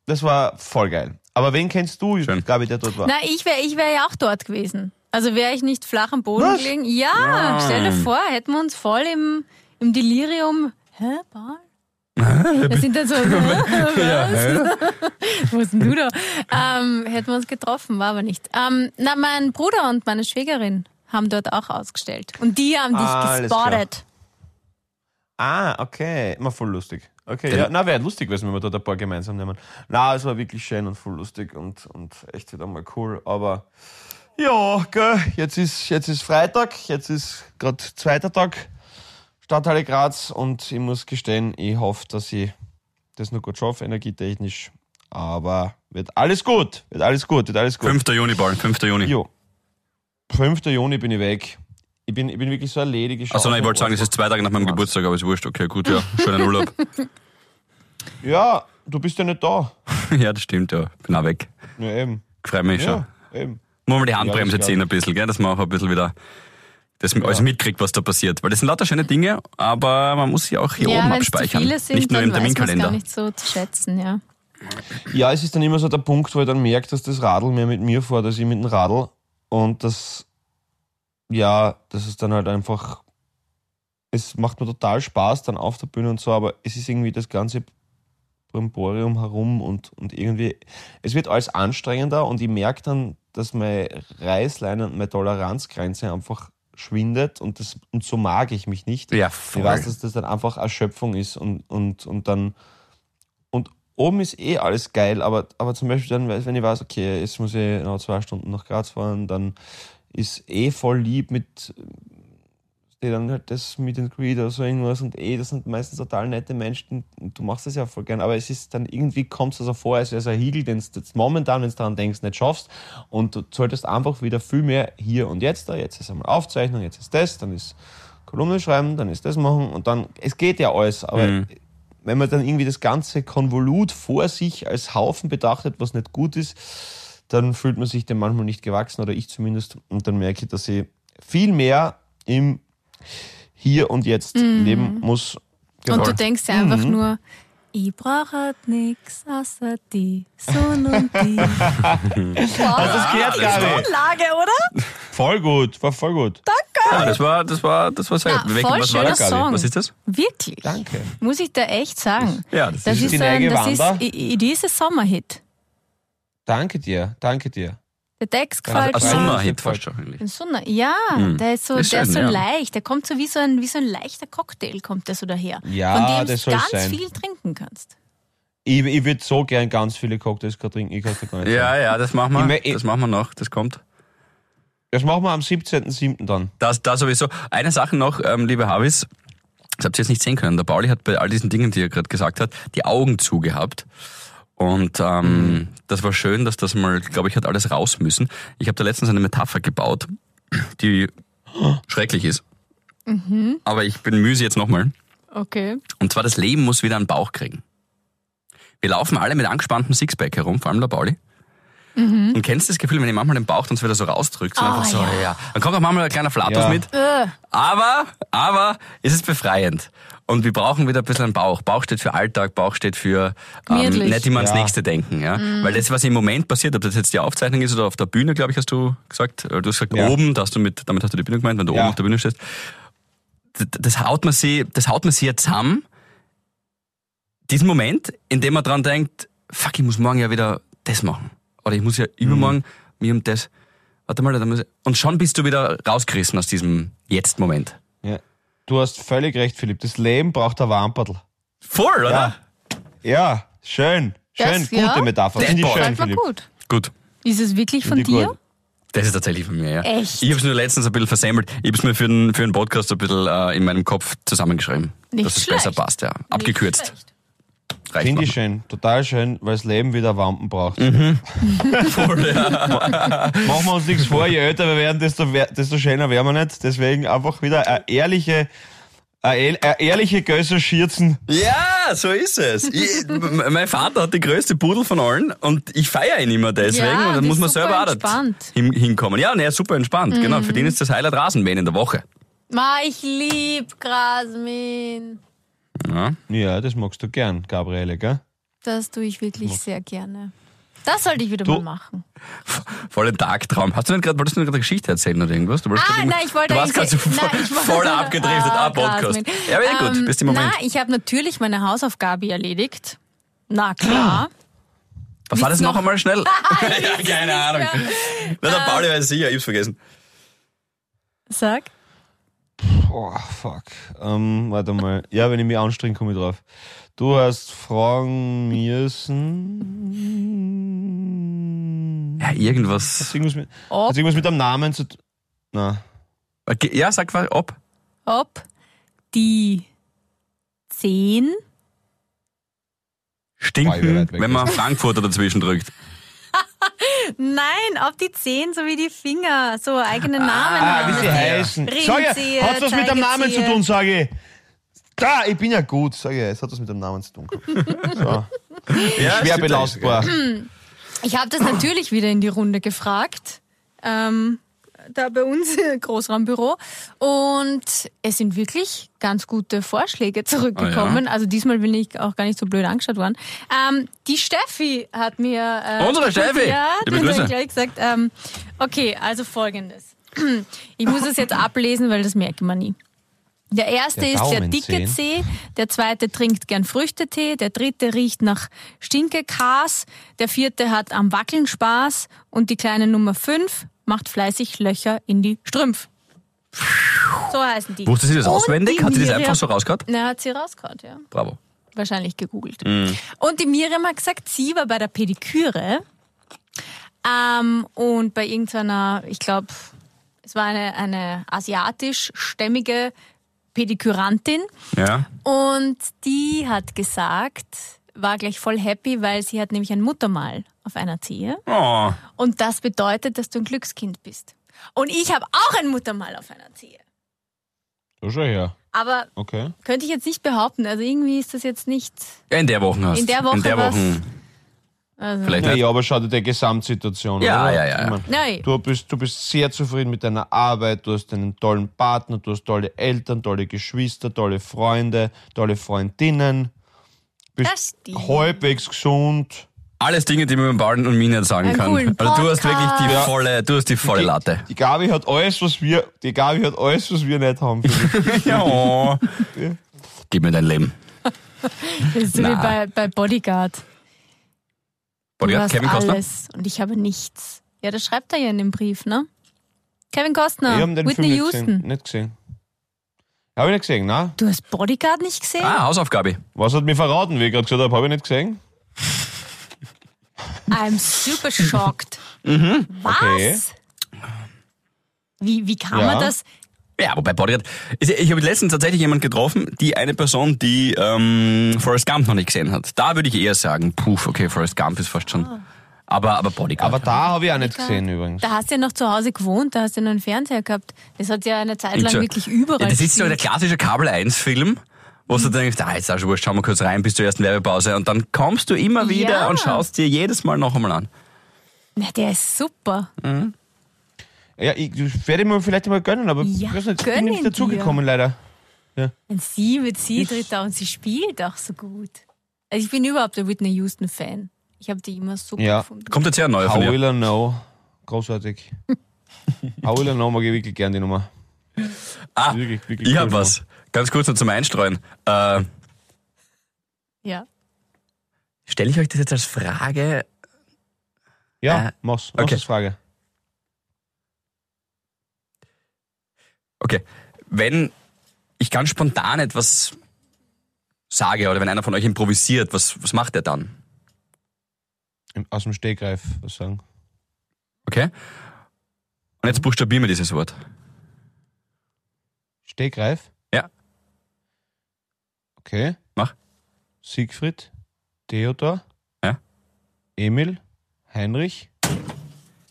B: das war voll geil. Aber wen kennst du,
D: Schön.
B: Gabi, der dort war?
C: Na, ich wäre ich wär ja auch dort gewesen. Also wäre ich nicht flach am Boden
B: Was?
C: gelegen. Ja, stell dir vor, hätten wir uns voll im, im Delirium. Hä, Paul? Das
B: [LAUGHS]
C: sind dann so, was? [LAUGHS] Wo ist denn du da? Ähm, hätten wir uns getroffen, war aber nicht. Ähm, na, mein Bruder und meine Schwägerin haben dort auch ausgestellt. Und die haben dich
B: Alles klar.
C: gespottet.
B: Ah, okay. Immer voll lustig. Okay,
D: Der-
B: ja. Na, wäre lustig gewesen, wenn wir dort ein paar gemeinsam nehmen. Na, es war wirklich schön und voll lustig und, und echt wieder mal cool. Aber ja, gell, jetzt ist, jetzt ist Freitag, jetzt ist gerade zweiter Tag, Stadthalle Graz und ich muss gestehen, ich hoffe, dass ich das noch gut schaffe, energietechnisch. Aber wird alles gut, wird alles gut, wird alles gut.
D: 5. Juni, Paul, 5. Juni.
B: Jo. 5. Juni bin ich weg. Ich bin, ich bin wirklich so eine ledige
D: Achso, nein, ich wollte sagen, das ist zwei Tage nach meinem Geburtstag, aber ist wurscht. Okay, gut, ja. Schönen [LAUGHS] Urlaub.
B: Ja, du bist ja nicht da.
D: ja, das stimmt, ja. Bin auch weg.
B: Ja, eben.
D: Freue mich schon.
B: Ja, eben.
D: Muss man die
B: Ja,
D: Handbremse
B: das glaub
D: ziehen ein bisschen, gell? dass man auch ein bisschen wieder das alles mitkriegt, was da passiert. Weil das sind lauter schöne Dinge, aber man muss sie auch hier
C: ja,
D: oben
C: wenn es zu
D: abspeichern.
C: viele sind,
D: nicht nur
C: dann
D: im
C: weiß man es gar
D: Terminkalender.
C: nicht so zu schätzen, ja.
B: Ja, es ist dann immer so der Punkt, wo ich dann merke, dass das Radl mehr mit mir fährt, als ich mit dem Radl. Und das, ja, das ist dann halt einfach, es macht mir total Spaß dann auf der Bühne und so, aber es ist irgendwie das ganze Brimborium herum und, und irgendwie, es wird alles anstrengender und ich merke dann, dass meine Reißleine und meine Toleranzgrenze einfach schwindet und, das, und so mag ich mich nicht.
D: Ja,
B: Ich
D: voll.
B: weiß, dass das dann einfach Erschöpfung ist und, und, und dann. Und oben ist eh alles geil, aber, aber zum Beispiel dann, wenn ich weiß, okay, jetzt muss ich noch zwei Stunden nach Graz fahren, dann ist eh voll lieb mit die dann halt das Meet and Greet oder so irgendwas und eh, das sind meistens total nette Menschen und du machst das ja voll gern, aber es ist dann irgendwie kommt es also vor, als wäre es ein Hiegel, den du jetzt momentan, wenn du daran denkst, nicht schaffst und du solltest einfach wieder viel mehr hier und jetzt da, jetzt ist einmal Aufzeichnung, jetzt ist das, dann ist Kolumne schreiben, dann ist das machen und dann, es geht ja alles, aber wenn man dann irgendwie das ganze Konvolut vor sich als Haufen betrachtet, was nicht gut ist, dann fühlt man sich dem manchmal nicht gewachsen oder ich zumindest und dann merke ich, dass ich viel mehr im hier und jetzt
C: Mhm.
B: leben muss.
C: Und du denkst ja
B: Mhm.
C: einfach nur, ich brauche halt nix außer die Sonne und
B: [LAUGHS]
C: die. Boah,
B: das gehört, Gabi.
C: Grundlage, oder?
B: Voll gut, war voll gut.
D: Ja, das war, das war, das war sehr.
C: Ja,
D: Welchen-
C: voll
D: was war das?
C: schöner Song.
D: Was ist das?
C: Wirklich.
B: Danke.
C: Muss ich da echt sagen.
D: Ja, das
C: Das
D: ist.
C: ist,
B: Die
C: ein,
B: Nägel
C: das ist,
B: Wander.
C: i- i- das ist ein Sommerhit.
B: Danke dir, danke dir.
C: Der Text
B: Also
C: gefällt
D: Ein
B: falsch.
C: mir.
D: Sommerhit fast schon eigentlich.
C: Ein Sonne. Ja,
B: Hm.
C: der ist so,
D: Ist
C: der ist so
D: schön, ja.
C: leicht. Der kommt so wie so ein, wie so ein leichter Cocktail, kommt der so daher.
B: Ja,
C: von dem
B: das
C: du
B: soll's
C: ganz
B: sein.
C: viel trinken kannst.
B: Ich, ich würde so gern ganz viele Cocktails gerade trinken. Ich kann's dir gar nicht
D: Ja,
B: sagen.
D: ja, das machen wir.
B: Ich mein, ich-
D: das machen wir noch, das kommt.
B: Das machen wir am 17.07. dann.
D: Das, das sowieso. Eine Sache noch, ähm, liebe Havis, das habt ihr jetzt nicht sehen können. Der Pauli hat bei all diesen Dingen, die er gerade gesagt hat, die Augen zugehabt. Und ähm, das war schön, dass das mal, glaube ich, hat alles raus müssen. Ich habe da letztens eine Metapher gebaut, die schrecklich ist. Aber ich bemühe sie jetzt nochmal.
C: Okay.
D: Und zwar das Leben muss wieder einen Bauch kriegen. Wir laufen alle mit angespanntem Sixpack herum, vor allem der Pauli. Und kennst du das Gefühl, wenn ihr manchmal den Bauch dann so wieder so rausdrückt, so
C: Ah,
D: einfach so,
C: ja.
D: ja. ja. Dann kommt auch manchmal ein kleiner Flatus
B: Ja.
D: mit.
C: Äh,
D: Aber, aber es ist befreiend. Und wir brauchen wieder ein bisschen einen Bauch. Bauch steht für Alltag, Bauch steht für ähm,
C: Gemütlich.
D: nicht immer ans
B: Ja.
D: Nächste denken. Ja? Weil das, was im Moment passiert, ob das jetzt die Aufzeichnung ist oder auf der Bühne, glaube ich, hast du gesagt, äh, du hast gesagt,
B: Ja.
D: oben, da hast du mit, damit hast du die Bühne gemeint, wenn du
B: Ja.
D: oben auf der Bühne stehst. D- Das haut man sie, das haut man sie ja zusammen. Diesen Moment, in dem man dran denkt, fuck, ich muss morgen ja wieder das machen. Oder ich muss ja übermorgen mir um das. Warte mal, da muss ich, und schon bist du wieder rausgerissen aus diesem Jetzt-Moment.
B: Ja. Du hast völlig recht, Philipp. Das Leben braucht ein Warmpadel.
D: Voll, oder?
B: Ja. Ja, schön. Schön,
C: Das,
B: gute
C: ja.
B: Metapher.
D: Das
B: Finde ich
D: war
B: schön,
C: das war
B: Philipp.
C: gut.
D: Gut.
C: Ist es wirklich von
B: Finde ich
C: dir?
B: gut.
D: Das ist tatsächlich von mir, ja.
C: Echt?
D: Ich habe es nur letztens ein bisschen versemmelt. Ich habe es mir für den, für den Podcast ein bisschen äh, in meinem Kopf zusammengeschrieben.
C: Nicht
D: dass es
C: schlecht.
D: besser passt, ja.
C: Nicht
D: Abgekürzt.
C: schlecht.
D: Reicht
B: Finde
D: man.
B: ich schön, total schön, weil das Leben wieder Wampen braucht.
D: Voll, ja.
B: Machen wir uns nichts vor, je älter wir werden, desto, wer- desto schöner werden wir nicht. Deswegen einfach wieder eine ehrliche, eine, ehl- eine ehrliche Gösser schürzen.
D: [LAUGHS] ja, so ist es. Ich, m- mein Vater hat die größte Pudel von allen und ich feiere ihn immer deswegen.
C: Ja,
D: und
C: und
D: dann muss
C: ist
D: man
C: super
D: selber auch
C: entspannt. Mhm.
D: dort hin, hinkommen. Ja, und er ist super entspannt. Genau, für den ist das Highlight Rasenmähen in der Woche.
C: Ma, Ah, ich lieb Grasmin.
D: Ja.
B: Ja, das magst du gern, Gabriele, gell?
C: Das tue ich wirklich sehr gerne. Das sollte ich wieder
B: Du-
C: mal machen.
D: Voll ein Tagtraum. Hast du denn gerade, wolltest du denn gerade eine Geschichte erzählen oder irgendwas? Du wolltest
C: Ah,
D: gerade irgendwas-
C: nein, ich wollte
D: Du warst gerade
C: eigentlich-
D: so voll,
C: [LAUGHS] nein, ich wollte-
D: voll abgedriftet. Ah, Podcast.
C: Grasmin.
D: Ja, aber ja, gut,
C: Ähm,
D: bist im Moment.
C: Na, ich habe natürlich meine Hausaufgabe erledigt. Na
D: [GASPS]
C: klar.
D: Was war das
C: Wisst
D: noch
C: noch- [LAUGHS]
D: einmal schnell? ja,
C: wisst
D: keine Ahnung. Na,
C: Ah.
D: der Pauli weiß sicher, ich hab's vergessen.
C: Sag.
B: Oh, fuck. Ähm, warte mal. Ja, wenn ich mich anstrenge, komme ich drauf. Du hast fragen müssen.
D: Ja,
B: Hat's
D: irgendwas.
B: irgendwas mit,
C: Ob.
D: Also
B: hat's irgendwas mit dem Namen zu tun? Nein.
D: Okay, Ja, sag mal, ob.
C: ob die 10
B: Boah, ich wär
D: Stinken,
B: weit weg
D: wenn man Frankfurter dazwischen drückt.
C: Nein, ob die 10 so wie die Finger so eigene Namen
B: Ah, wie
C: haben.
B: sie heißen. Sag
C: Ringzieher,
B: ja, hat's was mit dem Namen zu
C: Zeigezieher.
B: tun, sage ich. Da, ich bin ja gut, sage ich, es hat was mit dem Namen zu tun. gehabt. So.
D: Ja,
B: Schwer belastbar.
C: Hm. Ich habe das natürlich wieder in die Runde gefragt. Ähm, da bei uns [LAUGHS] im Großraumbüro. Und es sind wirklich ganz gute Vorschläge [LAUGHS]
D: Ah,
C: zurückgekommen. Also diesmal bin ich auch gar nicht so blöd angeschaut worden. Ähm, die Steffi hat mir. Äh,
D: Unsere Steffi!
C: Ja, die
D: Liebe
C: hat
D: Grüße.
C: mir gleich gesagt. Ähm, okay, also folgendes. [CLEARS THROAT] Ich muss es jetzt ablesen, weil das merke man nie. Der erste
B: Der
C: ist der
B: Daumen sehen.
C: dicke Zeh, der zweite trinkt gern Früchtetee, der dritte riecht nach Stinkekas, der vierte hat am Wackeln Spaß und die kleine Nummer fünf macht fleißig Löcher in die Strümpf. So heißen die.
D: Wusste sie das
C: Und
D: auswendig?
C: die
D: Hat sie das
C: Miriam-
D: einfach so rausgehört?
C: Na, hat sie rausgehört, ja.
D: Bravo.
C: Wahrscheinlich gegoogelt. Und die Miriam hat gesagt, sie war bei der Pediküre ähm, und bei irgendeiner, ich glaube, es war eine, eine asiatisch-stämmige Pedikürantin.
D: Ja.
C: Und die hat gesagt, war gleich voll happy, weil sie hat nämlich ein Muttermal auf einer Zehe.
D: Oh.
C: Und das bedeutet, dass du ein Glückskind bist. Und ich habe auch ein Muttermal auf einer Zehe.
B: Da schau her.
C: Aber
B: Okay.
C: könnte ich jetzt nicht behaupten. Also irgendwie ist das jetzt nicht.
D: Ja, in der Woche hast
C: In der Woche
D: In der
C: was-
D: Woche.
C: Also,
D: Vielleicht nicht.
B: Naja, aber schau dir die Gesamtsituation an.
D: Ja,
B: oder?
D: ja, ja, ja.
B: Ich mein,
C: Nein.
B: Du bist, du bist sehr zufrieden mit deiner Arbeit, du hast einen tollen Partner, du hast tolle Eltern, tolle Geschwister, tolle Freunde, tolle Freundinnen.
C: Das
B: Bist
C: stimmt.
B: halbwegs gesund.
D: Alles Dinge, die man mit Barden und Mina sagen
C: Einen
D: kann.
C: coolen
D: Also du hast
C: Podcast.
D: wirklich die
B: Ja.
D: volle, du hast die volle Latte.
B: Die Gabi hat alles, was wir, die Gabi hat alles, was wir nicht
C: [LAUGHS]
B: haben. Philipp.
D: [LAUGHS] Ja. Gib mir dein Leben.
C: Das ist so wie
D: Na.
C: bei, bei Bodyguard. Du
D: Bodyguard
C: hast
D: Kevin Costner?
C: alles und ich habe nichts. Ja, das schreibt er ja in dem Brief, ne? Kevin Costner,
B: Ich habe den
C: Whitney
B: Film nicht
C: Houston.
B: gesehen. Nicht gesehen. Habe ich nicht gesehen, ne?
C: Du hast Bodyguard nicht gesehen?
D: Ah, Hausaufgabe.
B: Was hat mir verraten, wie ich gerade gesagt habe, habe ich nicht gesehen.
C: I'm super
D: [LAUGHS]
C: shocked.
D: Mhm.
C: Was?
B: Okay.
C: Wie, wie kann
B: Ja.
C: man das?
D: Ja, wobei Bodyguard. Ich, ich habe letztens tatsächlich jemanden getroffen, die eine Person, die ähm, Forrest Gump noch nicht gesehen hat. Da würde ich eher sagen, puh, okay, Forrest Gump ist fast
C: Ah.
D: schon. Aber, aber Bodyguard.
B: Aber da habe ich auch nicht gesehen übrigens.
C: Da hast du ja noch zu Hause gewohnt, da hast du ja noch einen Fernseher gehabt. Das hat ja eine Zeit lang
D: Tja.
C: wirklich überall.
D: Ja, das ist so der
C: gespielt. Mhm.
D: klassische Kabel 1-Film, wo du denkst, ah, jetzt ist auch schon wurscht, schau mal kurz rein bis zur ersten Werbepause. Und dann kommst du immer wieder
C: Ja.
D: und schaust dir jedes Mal noch einmal an.
C: Na, der ist super.
B: Ja, ich werde mir vielleicht mal gönnen, aber
C: Ja,
B: ich weiß nicht, ich
C: gönn
B: bin
C: ihn
B: nicht dazugekommen leider.
C: Und sie mit sie tritt da und sie spielt auch so gut. Also ich bin überhaupt ein Whitney Houston-Fan. Ich habe die immer super
B: Ja.
C: gefunden.
D: Kommt jetzt ja ein neuer
B: How
D: von dir.
B: will I know? Großartig. How will I know? Mag ich wirklich gern die Nummer.
D: Ah,
B: Wirklich, wirklich
D: ich hab
B: cool,
D: was. Ganz kurz noch zum Einstreuen. Äh,
C: Ja.
D: Stelle ich euch das jetzt als Frage?
B: Ja,
D: Äh,
B: mach's. Mach's
D: okay.
B: als Frage.
D: Okay. Wenn ich ganz spontan etwas sage oder wenn einer von euch improvisiert, was, was macht er dann?
B: Im- Aus dem Stegreif, was sagen.
D: Okay? Und jetzt buchstabieren wir dieses Wort.
B: Stegreif?
D: Ja.
B: Okay.
D: Mach.
B: Siegfried, Theodor,
D: Ja.
B: Emil, Heinrich.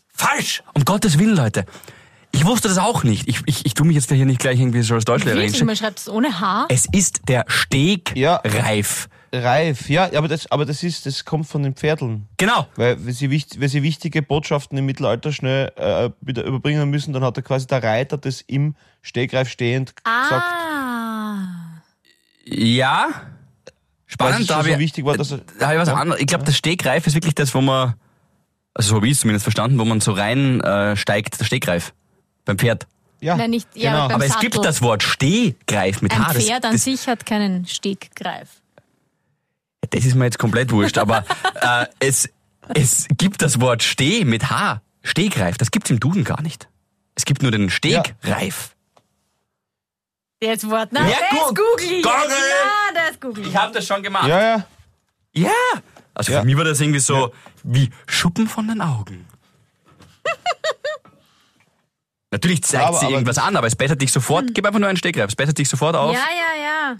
D: Falsch! Um Gottes Willen, Leute. Ich wusste das auch nicht. Ich, ich, ich tue mich jetzt hier nicht gleich irgendwie so als Deutschlehrer
C: Wirklich,
D: hinstellen.
C: man schreibt es ohne H.
D: Es ist der
B: Ja.
D: Stegreif.
B: Reif, ja, aber das, aber das ist, das kommt von den Pferdeln.
D: Genau.
B: Weil wenn sie, wicht- wenn sie wichtige Botschaften im Mittelalter schnell äh, wieder überbringen müssen, dann hat er quasi der Reiter das im Stegreif stehend gesagt,
C: Ah.
D: Ja.
B: weil es
D: Spannend, da
B: schon
D: habe
B: so
D: ich,
B: wichtig war, dass er,
D: da hab ich was anderes. Ich glaube, der Stegreif ist wirklich das, wo man, also so habe ich es zumindest verstanden, wo man so rein äh, steigt, der Stegreif. Beim Pferd.
B: ja,
C: Nein, nicht- ja,
B: genau.
C: beim-
D: Aber es
C: Sattel.
D: gibt das Wort Stehgreif mit
C: Ein
D: H. Das,
C: Pferd an
D: das,
C: sich hat keinen Stegreif.
D: das ist mir jetzt komplett
C: [LAUGHS]
D: wurscht, aber äh, es, es gibt das Wort Steh mit H. Stehgreif, das gibt's im Duden gar nicht. Es gibt nur den Stegreif.
C: Jetzt Wort. Na,
D: Ja,
C: das
D: gu-
C: google ich.
D: Google!
C: Ja, das google ich.
D: habe das schon gemacht. Ja.
B: ja, ja,
D: Also
B: Ja.
D: für mich war das irgendwie so wie Schuppen von den Augen. Natürlich zeigt
B: aber-
D: sie
B: aber
D: irgendwas an, aber es bessert dich sofort. Gib einfach nur einen Stegreif, es bessert dich sofort
C: Hm. Ja,
D: auf.
C: ja, ja.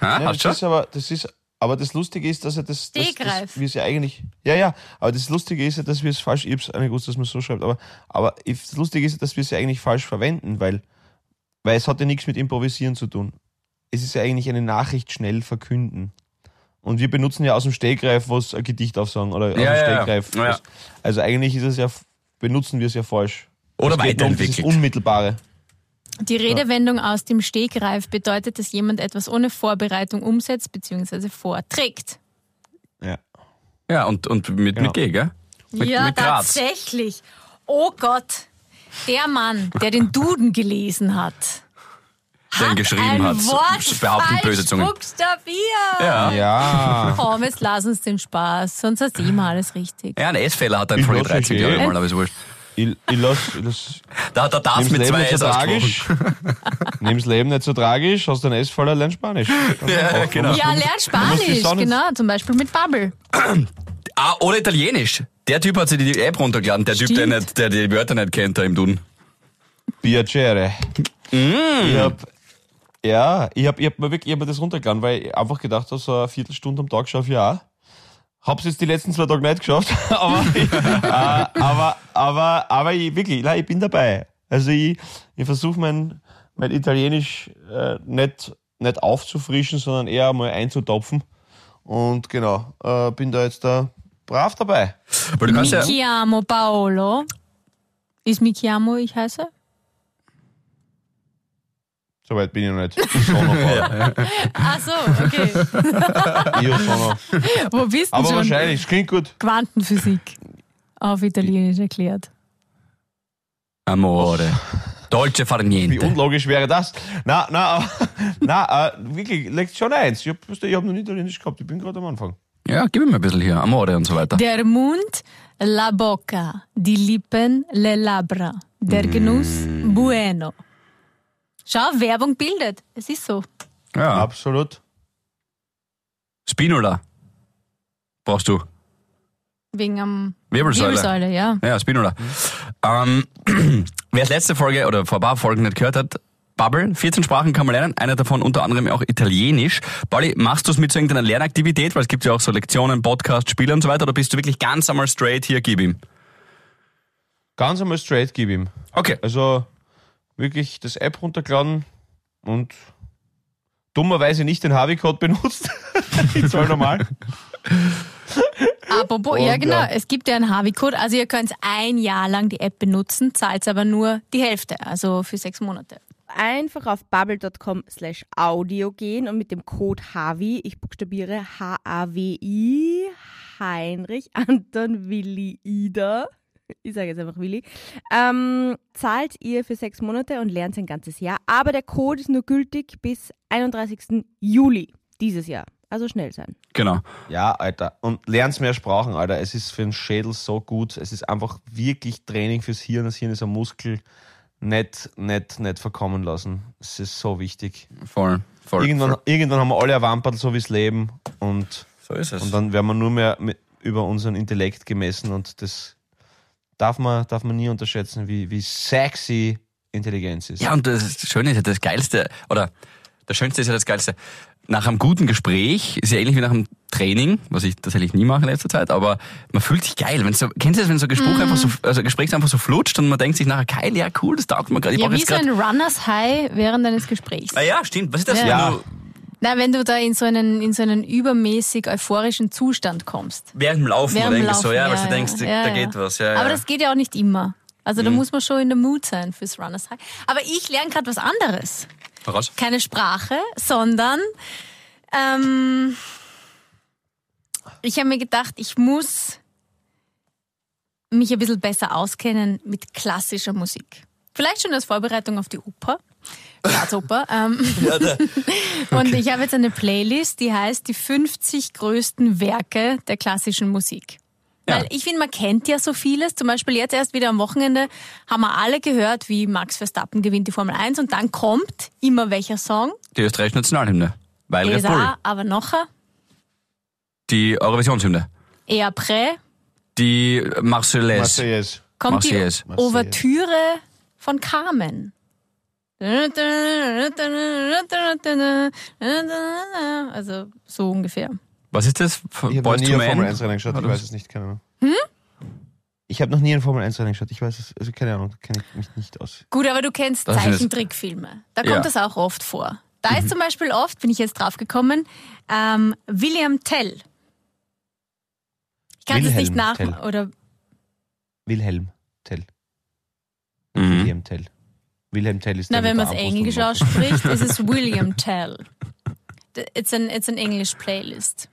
D: Ha,
B: Nein,
D: hast
B: das
D: du?
B: ist aber, das ist, aber das Lustige ist, dass er das, das,
C: Stegreif.
B: das wir es ja eigentlich, ja, ja, aber das Lustige ist ja, dass wir es falsch, ich hab's auch nicht gewusst, dass man es so schreibt, aber, aber if- das Lustige ist, ja, dass wir es ja eigentlich falsch verwenden, weil, weil es hat ja nichts mit Improvisieren zu tun. Es ist ja eigentlich eine Nachricht schnell verkünden. Und wir benutzen ja aus dem Stegreif was ein Gedicht aufsagen oder aus
D: Ja,
B: dem
D: ja, ja.
B: Stegreif.
D: Ja.
B: Was, also eigentlich ist es ja, benutzen wir es ja falsch.
D: Oder
B: es geht darum, dieses
D: weiterentwickelt.
B: Unmittelbare.
C: Die Redewendung aus dem Stegreif bedeutet, dass jemand etwas ohne Vorbereitung umsetzt bzw. vorträgt.
B: Ja.
D: Ja, und, und mit,
B: Genau.
D: mit G, gell? Mit,
C: ja,
D: mit Graz.
C: tatsächlich. Oh Gott, der Mann, der den Duden gelesen hat,
D: den
C: hat
D: geschrieben
C: ein
D: hat.
C: Wort
D: Behaupten
C: falsch
D: böse Zungen.
C: buchstabiert.
D: Ja.
B: Ja.
C: Komm, jetzt lass uns den Spaß, sonst hast du immer alles richtig.
D: ja, einen S-Fehler hat er in
B: Ich
D: Folge
B: lass euch
D: 13, glaube ich
B: eh.
D: mal, aber ist wurscht.
B: Ich, ich lasse das
D: Da hat er das
B: Nimm's
D: mit
B: Leben
D: zwei
B: nicht
D: S
B: so
D: ausgesprochen.
B: tragisch. [LAUGHS] Nimm's Leben nicht so tragisch, hast den S voller lern Spanisch.
D: Ja, genau.
C: Ja, lern Spanisch,
B: Sonne-
C: genau, zum Beispiel mit Bubble.
D: Ah, oder Italienisch. Der Typ hat sich die App runtergeladen, der Typ, der,
C: Stimmt.
D: nicht, der die Wörter nicht kennt da im Duden.
B: Piacere. Ich hab, ja, ich hab, ich hab mir wirklich ich hab mir das runtergeladen, weil ich einfach gedacht habe, so eine Viertelstunde am Tag schaffe ich auch. Hab's jetzt die letzten zwei Tage nicht geschafft, [LAUGHS] aber, ich- äh, aber, aber, aber ich, wirklich, nein, ich bin dabei. Also ich, ich versuche mein, mein Italienisch äh, nicht, nicht aufzufrischen, sondern eher mal einzutopfen. Und genau, äh, bin da jetzt da brav dabei.
D: Weil du kannst
C: Mi
D: ja,
C: chiamo Paolo. Ist mi chiamo, ich heiße?
B: Soweit bin ich noch nicht. Ich schon noch, fahren.
C: Ach so,
D: [LAUGHS]
C: okay.
B: ich hab schon noch.
C: Wo bist du
B: Aber
C: schon?
B: wahrscheinlich, es klingt gut.
C: Quantenphysik. Auf Italienisch erklärt.
D: Amore. Dolce far
B: Wie
D: niente.
B: unlogisch wäre das? Na, na, aber- [LAUGHS] na, äh, wirklich, legt schon eins. Ich habe ich hab noch nie Italienisch gehabt, ich bin gerade am Anfang.
D: Ja, gib ihm ein bisschen hier. Amore und so weiter.
C: Der Mund, la bocca, die Lippen, le labra. Der Genuss,
D: Mm.
C: bueno. Schau, Werbung bildet. Es ist so.
D: Ja.
B: Absolut.
D: Spinola. Brauchst du.
C: Wegen am
D: Wirbelsäule.
C: Wirbelsäule, ja.
D: Ja, Spinola. Ähm, [CLEARS THROAT] Wer es letzte Folge oder vor ein paar Folgen nicht gehört hat, Bubble, 14 Sprachen kann man lernen, eine davon unter anderem auch Italienisch. Pauli, machst du es mit so irgendeiner Lernaktivität, weil es gibt ja auch so Lektionen, Podcasts, Spiele und so weiter, oder bist du wirklich ganz einmal straight, hier gib ihm?
B: Ganz einmal straight gib ihm.
D: Okay.
B: Also wirklich das App runtergeladen und dummerweise nicht den Harvey-Code benutzt. [LAUGHS] Ist voll normal.
C: Apropos,
B: Und,
C: ja genau,
B: ja.
C: es gibt ja einen Harvey-Code. Also ihr könnt ein Jahr lang die App benutzen, zahlt aber nur die Hälfte, also für sechs Monate.
E: Einfach auf bubble.com slash audio gehen und mit dem Code HAWI, ich buchstabiere H-A-W-I, Heinrich [LAUGHS] Anton Willi Ida, ich sage jetzt einfach Willi, ähm, zahlt ihr für sechs Monate und lernt ein ganzes Jahr. Aber der Code ist nur gültig bis 31. Juli dieses Jahr. Also schnell sein.
D: Genau.
B: [LAUGHS] Ja, Alter. Und lernst mehr Sprachen, Alter. Es ist für den Schädel so gut. Es ist einfach wirklich Training fürs Hirn. Das Hirn ist ein Muskel. Nicht, nicht, nicht verkommen lassen. Es ist so wichtig.
D: Voll, voll.
B: Irgendwann,
D: voll.
B: irgendwann haben wir alle ein Wamperl, so wie's Leben. Und,
D: So ist es.
B: und dann werden wir nur mehr mit, über unseren Intellekt gemessen. Und das darf man, darf man nie unterschätzen, wie, wie sexy Intelligenz ist.
D: Ja, und das, ist- das Schöne ist ja das Geilste, oder das Schönste ist ja das Geilste. Nach einem guten Gespräch, ist ja ähnlich wie nach einem Training, was ich tatsächlich nie mache in letzter Zeit, aber man fühlt sich geil. Wenn's so, kennst du das, wenn so
C: Mhm.
D: ein Gespräch, einfach so, also ein Gespräch einfach so flutscht und man denkt sich nachher, geil, ja cool, das taugt mir gerade. Ich
C: Ja,
D: brauche
C: wie
D: jetzt
C: so
D: gerade...
C: ein Runners High während deines Gesprächs.
D: Ah ja, stimmt. Was ist das?
C: Ja.
D: wenn
B: Ja.
D: du
C: Na, wenn du da in so einen, in so einen übermäßig euphorischen Zustand kommst.
D: Während dem Laufen
C: Während dem
D: denkst du so,
C: Laufen,
D: ja,
C: ja,
D: weil du
C: ja,
D: denkst, da-
C: ja,
D: da
C: ja.
D: geht was. Ja,
C: Aber
D: ja. Mhm.
C: das geht ja auch nicht immer. Also da muss man schon in der Mood sein fürs Runners High. Aber ich lerne gerade was anderes.
D: Voraus.
C: Keine Sprache, sondern ähm, ich habe mir gedacht, ich muss mich ein bisschen besser auskennen mit klassischer Musik. Vielleicht schon als Vorbereitung auf die Oper,
D: [LAUGHS]
C: Staatsoper. ähm, [LAUGHS] Und ich habe jetzt eine Playlist, die heißt die 50 größten Werke der klassischen Musik. Weil ich finde, man kennt ja so vieles. Zum Beispiel jetzt erst wieder am Wochenende haben wir alle gehört, wie Max Verstappen gewinnt die Formel 1 und dann kommt immer welcher Song.
D: Die österreichische Nationalhymne. Weil Red Bull.
C: ESA, aber noch ein,
D: Die Eurovisionshymne.
C: et après
D: Die Marseillaise.
B: Marseillais.
C: kommt
D: Marseillaise.
C: die Ouvertüre von Carmen. Also so ungefähr.
D: Was ist das?
B: Ich habe noch
D: Boys
B: nie
D: to
B: ein Formel
D: Men?
B: 1 Rennen geschaut, ich
D: Oder
B: weiß
D: was?
B: es nicht, keine Ahnung.
C: Hm?
B: Ich habe noch nie ein Formel 1 Rennen geschaut, ich weiß es, also keine Ahnung, kenne ich mich nicht aus.
C: Gut, aber du kennst
D: Das ist-
C: Zeichentrickfilme. Da kommt
D: Ja.
C: das auch oft vor. Da ist zum Beispiel oft, bin ich jetzt drauf gekommen, ähm, William Tell. Ich kann es nicht
B: Wilhelm
C: nach
B: Tell.
C: oder
B: Wilhelm Tell.
D: Mhm.
B: Wilhelm Tell. Wilhelm Tell ist
C: na,
B: der mit
C: wenn man
B: der
C: es
B: Armbrust
C: Englisch
B: und Waffe.
C: ausspricht, ist es William Tell. D- It's an, it's an English Playlist.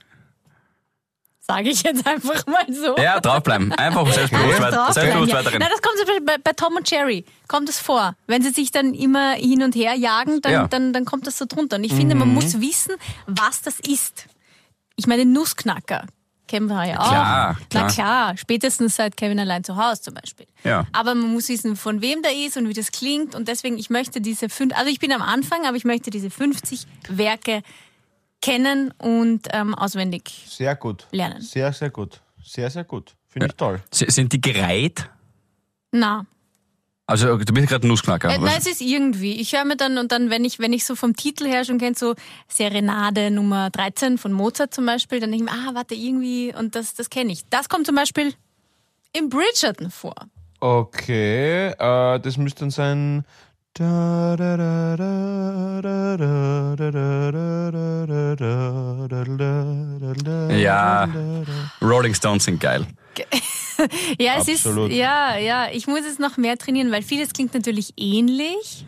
C: Sage ich jetzt einfach mal so.
D: Ja, draufbleiben. Einfach selbstbewusst,
C: Alles
D: weit,
C: drauf,
D: selbstbewusst
C: ja.
D: weiterhin.
C: Nein, das kommt zum Beispiel bei, bei Tom und Jerry, kommt es vor. Wenn sie sich dann immer hin und her jagen, dann,
D: Ja. Mhm.
C: dann, dann kommt das so drunter. Und ich finde, man muss wissen, was das ist. Ich meine, Nussknacker kennen wir ja auch.
D: klar, klar.
C: Na klar, spätestens seit Kevin allein zu Hause zum Beispiel.
D: Ja.
C: Aber man muss wissen, von wem der ist und wie das klingt. Und deswegen, ich möchte diese fünf, also ich bin am Anfang, aber ich möchte diese 50 Werke kennen und ähm, auswendig.
B: Sehr gut.
C: Lernen.
B: Sehr, sehr gut. Sehr, sehr gut. Finde ich toll.
D: S- Sind die gereiht?
C: Na,
D: Also okay, du bist gerade ein Nussknacker.
C: Äh,
D: was?
C: nein, es ist irgendwie. Ich höre mir dann und dann, wenn ich, wenn ich so vom Titel her schon kenne, so Serenade Nummer 13 von Mozart zum Beispiel, dann denke ich mir, ah, warte, irgendwie, und das, das kenne ich. Das kommt zum Beispiel im Bridgerton vor.
B: Okay, äh, das müsste dann sein. Da, da, da, da, da, da, da, da, da, da, da, da, da, da, da, da,
D: Ja.
B: da, da.
D: Rolling Stones sind geil.
C: Ja, es
B: Absolut.
C: ist, ja, ja, ich muss es noch mehr trainieren, weil vieles klingt natürlich ähnlich,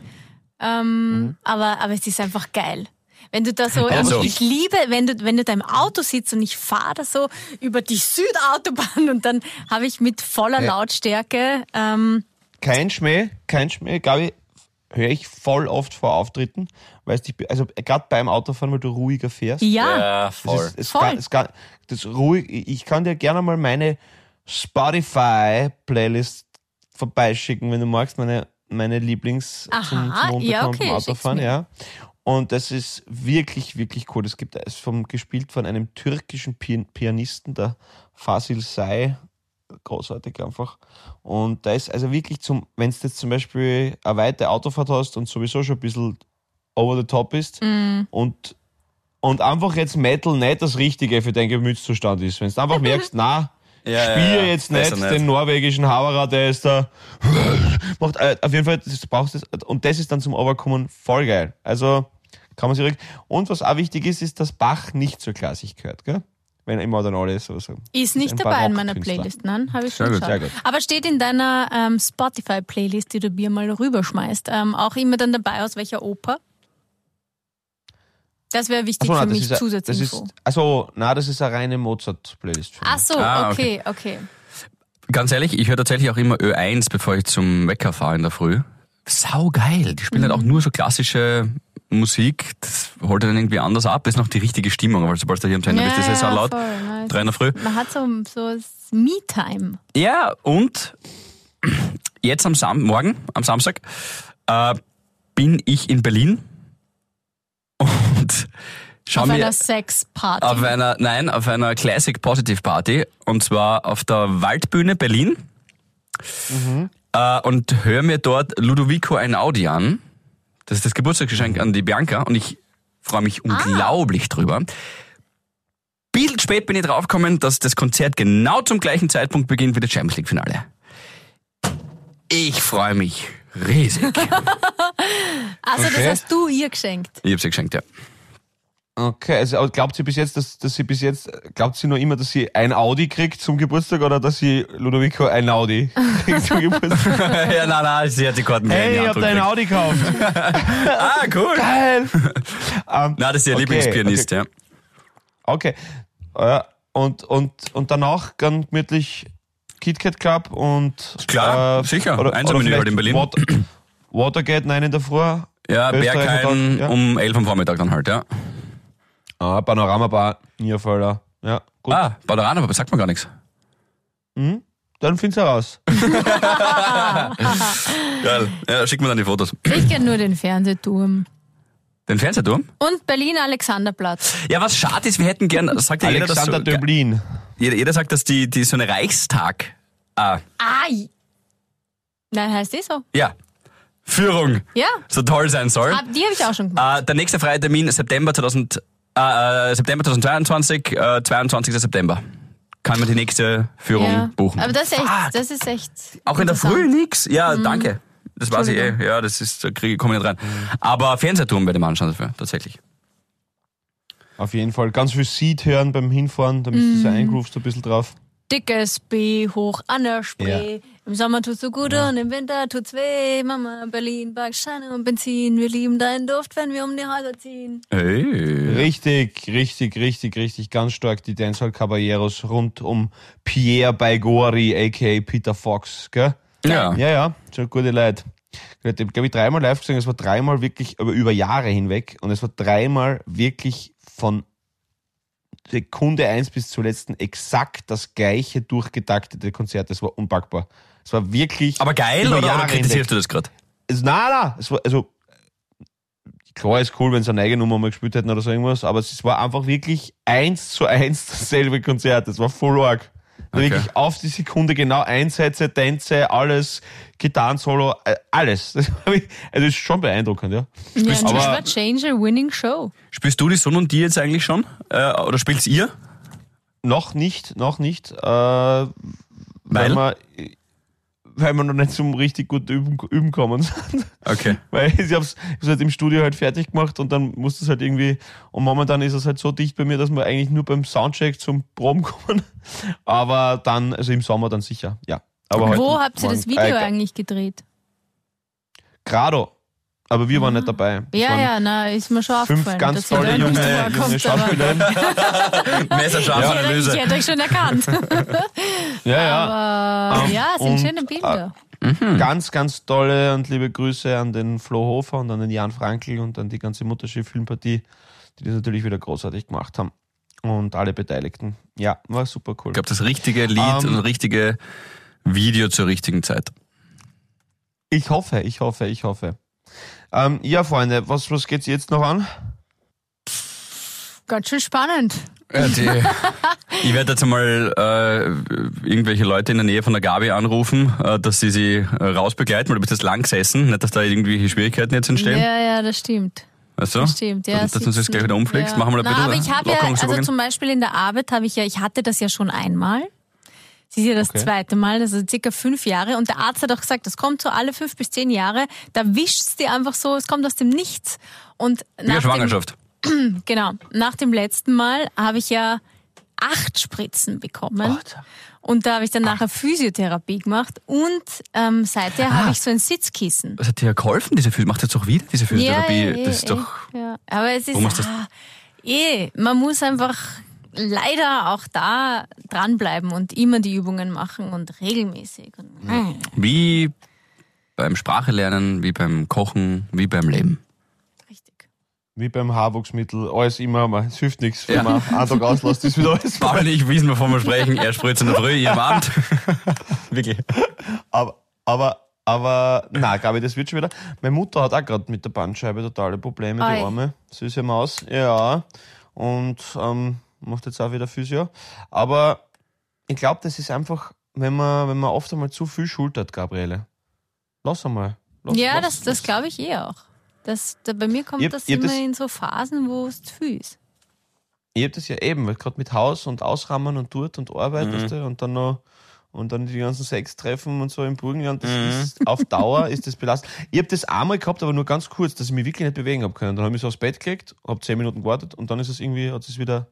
C: ähm, aber, aber es ist einfach geil. Wenn du da so,
D: Mhm. Also-
C: ich, ich liebe, wenn du, wenn du da im Auto sitzt und ich fahre da so über die Südautobahn [LAUGHS] und dann habe ich mit voller
B: Ja.
C: Lautstärke, ähm,
B: kein Schmäh, kein Schmäh, Gabi, höre ich voll oft vor Auftritten, weißt du, also gerade beim Autofahren, weil du ruhiger fährst.
C: ja,
B: Es ist, es
C: Voll.
B: Kann, es kann, das ruhig, ich kann dir gerne mal meine Spotify-Playlist vorbeischicken, wenn du magst, meine, meine Lieblings
C: Aha,
B: zum, zum Runterkommen
C: ja,
B: beim
C: okay,
B: Autofahren,
C: schick's mir.
B: ja. Und das ist wirklich, wirklich cool. Es gibt es vom gespielt von einem türkischen Pian Pianisten, der Fasil Sai, großartig einfach. Und da ist also wirklich zum, wenn du jetzt zum Beispiel eine weite Autofahrt hast und sowieso schon ein bisschen over the top ist
C: Mm.
B: und, und einfach jetzt Metal nicht das Richtige für deinen Gemütszustand ist. Wenn du
C: [LAUGHS]
B: einfach merkst, na,
D: Ja, ja,
B: spiele
D: ja,
B: jetzt
D: besser
B: nicht, den norwegischen Hauerer, der ist da, [LAUGHS] macht, äh, auf jeden Fall, das brauchst du, und das ist dann zum Overkommen voll geil. Also, kann man sich rück- Und was auch wichtig ist, ist, dass Bach nicht zur Klassik gehört, gell? Wenn immer dann alle so sagen.
C: Ist nicht
B: ein
C: dabei in meiner
B: Barockkünstler.
C: Playlist, nein, habe ich
D: Sehr
C: schon
D: gut,
B: sehr
C: geschaut.
B: gut.
C: Aber steht in deiner ähm, Spotify-Playlist, die du mir mal rüberschmeißt, ähm, auch immer dann dabei, aus welcher Oper? Das wäre wichtig
B: Achso,
C: für
B: nein, das ist,
C: mich,
B: ein- das ist,
C: Zusatzinfo.
B: also, na, das ist eine reine Mozart-Playlist. für mich.
C: Ach so,
D: Ah,
C: okay, okay.
D: Ganz ehrlich, ich höre tatsächlich auch immer Ö1, bevor ich zum Wecker fahre in der Früh. Sau geil. Die spielen halt auch nur so klassische Musik. Das holt dann irgendwie anders ab. Das ist noch die richtige Stimmung, aber sobald du hier am Sender bist, ist es ja, laut.
C: voll, nice.
D: Drei in der Früh.
C: Man hat so, so das Me-Time.
D: Ja, und jetzt am Sam morgen, am Samstag, äh, bin ich in Berlin und schau
C: Auf
D: mir
C: einer Sex-Party.
D: auf einer, nein, auf einer Classic Positive Party und zwar auf der Waldbühne Berlin
B: Mhm.
D: äh, und höre mir dort Ludovico Einaudi an. Das ist das Geburtstagsgeschenk an die Bianca und ich freue mich
B: Ah.
D: unglaublich drüber. Bisschen spät bin ich draufgekommen, dass das Konzert genau zum gleichen Zeitpunkt beginnt wie das Champions League Finale. Ich freue mich
B: [LAUGHS]
D: riesig.
C: also
B: Okay.
C: das hast du ihr geschenkt.
D: ich habe sie geschenkt, ja. [LAUGHS]
B: Okay, also aber glaubt sie bis jetzt, dass, dass sie bis jetzt, glaubt sie nur immer, dass sie ein Audi kriegt zum Geburtstag oder dass sie Ludovico ein Audi [LAUGHS] kriegt zum Geburtstag?
D: ja, nein, nein, sie hat die Karten
B: hey, ich hab dein
D: gekriegt.
B: Audi gekauft. [LAUGHS]
D: Ah, cool.
B: Geil. [LAUGHS] Ähm,
D: Na, das ist ihr
B: Okay,
D: Lieblingspianist, ja.
B: okay. Äh, und, und, und danach ganz gemütlich KitKat Club und. äh,
D: Klar, sicher. Einser-Menü
B: vielleicht
D: halt in Berlin.
B: Wat- Watergate, nein, in der Früh.
D: Ja,
B: Österreich
D: Bergheim
B: und dann- ja.
D: um 11 am Vormittag dann halt, ja.
B: Ah, Panoramabar, Nierfelder. Ja, gut.
D: Ah, Baderan, aber sagt man gar nichts.
B: Dann find's
D: [LAUGHS]
B: heraus.
D: Geil. Ja, schick mir dann die Fotos.
C: Ich kenne nur den Fernsehturm.
D: Den Fernsehturm?
C: Und Berlin-Alexanderplatz.
D: Ja, was schade ist, wir hätten gern, das sagt ja jeder, dass so,
B: Alexander Döblin.
D: jeder, jeder sagt, dass die, die so eine Reichstag, ah,
C: Ai! Nein, heißt eh so.
D: ja, Führung
C: Ja,
D: so toll sein soll.
C: ab, die habe ich auch schon gemacht.
D: Äh, der nächste freie Termin ist September 2000, äh, äh, September 2022, äh, 22. September. Kann man die nächste Führung
C: ja.
D: buchen.
C: Aber das ist
D: Fuck.
C: echt, das ist echt
D: Auch in der
C: interessant.
D: Früh nix? Ja, danke. Das weiß ich eh.
C: Entschuldigung.
D: Ja, das ist, da kriege ich, komme ich nicht rein. Aber Fernsehturm werde ich mir anschauen dafür, tatsächlich.
B: Auf jeden Fall. Ganz viel Seed hören beim Hinfahren, damit du so eingroovst ein bisschen drauf.
C: Dickes B hoch an der Spree. Im Sommer tut's so gut und im Winter tut's weh. Mama, Berlin, Backsteine und Benzin. Wir lieben deinen Duft, wenn wir um die Häuser ziehen.
D: Ey.
B: Richtig, richtig, richtig, richtig. Ganz stark die Dancehall Caballeros rund um Pierre Baigori, a.k.a. Peter Fox, gell?
D: Ja.
B: Ja, ja, schon gute Leute. Ich habe, glaube ich, dreimal live gesehen. Es war dreimal wirklich über, über Jahre hinweg. Und es war dreimal wirklich von Sekunde eins bis zur letzten exakt das gleiche durchgetaktete Konzert. Das war unpackbar. Es war wirklich.
D: Aber geil,
B: über
D: oder,
B: Jahre
D: oder kritisierst
B: hinweg.
D: du das gerade?
B: Es, nein, nein. Es war, also, klar ist cool, wenn sie eine eigene Nummer mal gespielt hätten oder so irgendwas. Aber es war einfach wirklich eins zu eins [LAUGHS] dasselbe Konzert. Es war voll arg. Also
D: Okay.
B: Wirklich auf die Sekunde genau Einsätze, Tänze, alles, Gitarrensolo, äh, alles. [LAUGHS] Das war wirklich- also ist schon beeindruckend, ja.
C: Ja, das
D: du-
C: war Change a Winning Show.
D: Spielst du die Sonne und die jetzt eigentlich schon? Äh, oder spielst ihr?
B: Noch nicht, noch nicht. Äh, weil?
D: Weil?
B: wir, weil wir noch nicht zum richtig gut üben, üben kommen sind.
D: Okay.
B: Weil [LAUGHS] ich hab's, ich hab's halt im Studio halt fertig gemacht und dann musste es halt irgendwie, und momentan ist es halt so dicht bei mir, dass wir eigentlich nur beim Soundcheck zum Proben [LAUGHS] kommen. Aber dann, also im Sommer dann sicher, ja. Aber heute
C: Wo habt ihr
B: Morgen-
C: das Video
B: äh,
C: eigentlich gedreht?
B: Grado. Aber wir waren nicht dabei. Es
C: Mhm. Ja,
B: waren
C: ja, na, ist mir schon
B: Fünf
C: aufgefallen.
B: ganz
C: dass ihr da
B: tolle
C: nicht
B: junge,
C: vorkommt,
B: junge
C: aber-
B: Schauspielerinnen.
D: Messerscharfe
C: Ich hätte euch-
D: Analyse.
C: Ich hätte euch schon erkannt.
B: [LAUGHS] Ja, [LAUGHS] ja.
C: Aber
B: Ähm,
C: ja, sind
B: und, Ah.
C: schöne Bilder.
B: Ganz, ganz tolle und liebe Grüße an den Flo Hofer und an den Jan Frankl und an die ganze Mutterschiff-Filmpartie, die das natürlich wieder großartig gemacht haben. Und alle Beteiligten. Ja, war super cool.
D: Ich glaube, das richtige Lied
B: Ähm.
D: und das richtige Video zur richtigen Zeit.
B: Ich hoffe, ich hoffe, ich hoffe. Ähm, ja, Freunde, was, was geht's jetzt noch an?
C: Ganz schön spannend.
D: Ja, die, [LAUGHS] ich werde jetzt einmal äh, irgendwelche Leute in der Nähe von der Gabi anrufen, äh, dass sie sie äh, rausbegleiten, weil du bist jetzt lang gesessen, nicht, dass da irgendwelche Schwierigkeiten jetzt entstehen.
C: Ja, ja, das stimmt.
D: weißt du?
C: Das stimmt, ja.
D: Dass, dass du uns jetzt
C: sitzen.
D: gleich wieder umfliegst,
C: Ja.
D: machen wir da
C: Na,
D: bitte
C: aber ich habe ja, also
D: Lockerungsübungen.
C: zum Beispiel in der Arbeit habe ich ja, ich hatte das ja schon einmal. Das ist ja das
B: Okay.
C: zweite Mal, das sind circa fünf Jahre. Und der Arzt hat auch gesagt, das kommt so alle fünf bis zehn Jahre. Da wischt's dir einfach so, es kommt aus dem Nichts. Und
D: Wie eine
C: nach dem,
D: Schwangerschaft.
C: Genau. Nach dem letzten Mal habe ich ja acht Spritzen bekommen. Und da habe ich dann nachher Physiotherapie gemacht. Und ähm, seither
D: Ah.
C: habe ich so ein Sitzkissen.
D: Was hat dir ja geholfen, diese Physiotherapie? Macht jetzt auch wieder diese Physiotherapie?
C: Ja, eh,
D: das ist
C: eh,
D: doch...
C: Ja. Aber es ist.
D: Warum ist das-
C: Ah, eh, man muss einfach leider auch da dranbleiben und immer die Übungen machen und regelmäßig. Und, Hm,
D: Wie beim Sprachelernen, wie beim Kochen, wie beim Leben.
C: Richtig.
B: Wie beim Haarwuchsmittel, alles immer mal. Es hilft nichts.
D: Ja.
B: Wenn man einen Tag auslässt, ist wieder [LAUGHS] alles.
D: Paul und ich wissen, wovon
C: [LAUGHS]
D: wir sprechen. Er spritzt in der Früh, ihr am Abend.
B: Wirklich. Aber, aber, aber, na, Gabi, das wird schon wieder. Meine Mutter hat auch gerade mit der Bandscheibe totale Probleme, die
C: Ei.
B: arme süße Maus. Ja. Und ähm, macht jetzt auch wieder Physio. Aber ich glaube, das ist einfach, wenn man, wenn man oft einmal zu viel Schuld hat, Gabriele. Lass einmal. Lass,
C: Ja,
B: lass,
C: das, das
B: lass.
C: glaube ich eh auch. Das, da, bei mir kommt
B: Ihr-
C: das
B: ihr
C: immer
B: das-
C: in so Phasen, wo es zu viel ist.
B: Ich hab das ja eben, weil gerade mit Haus und Ausrahmen und dort und
D: Mhm.
B: Arbeit weißt du, und dann noch und dann die ganzen Sextreffen und so im Burgenland, das
D: Mhm.
B: ist auf Dauer ist das belastend. Ich hab das einmal gehabt, aber nur ganz kurz, dass ich mich wirklich nicht bewegen hab können. Dann hab ich so aufs Bett gelegt, hab zehn Minuten gewartet und dann ist es irgendwie, hat es wieder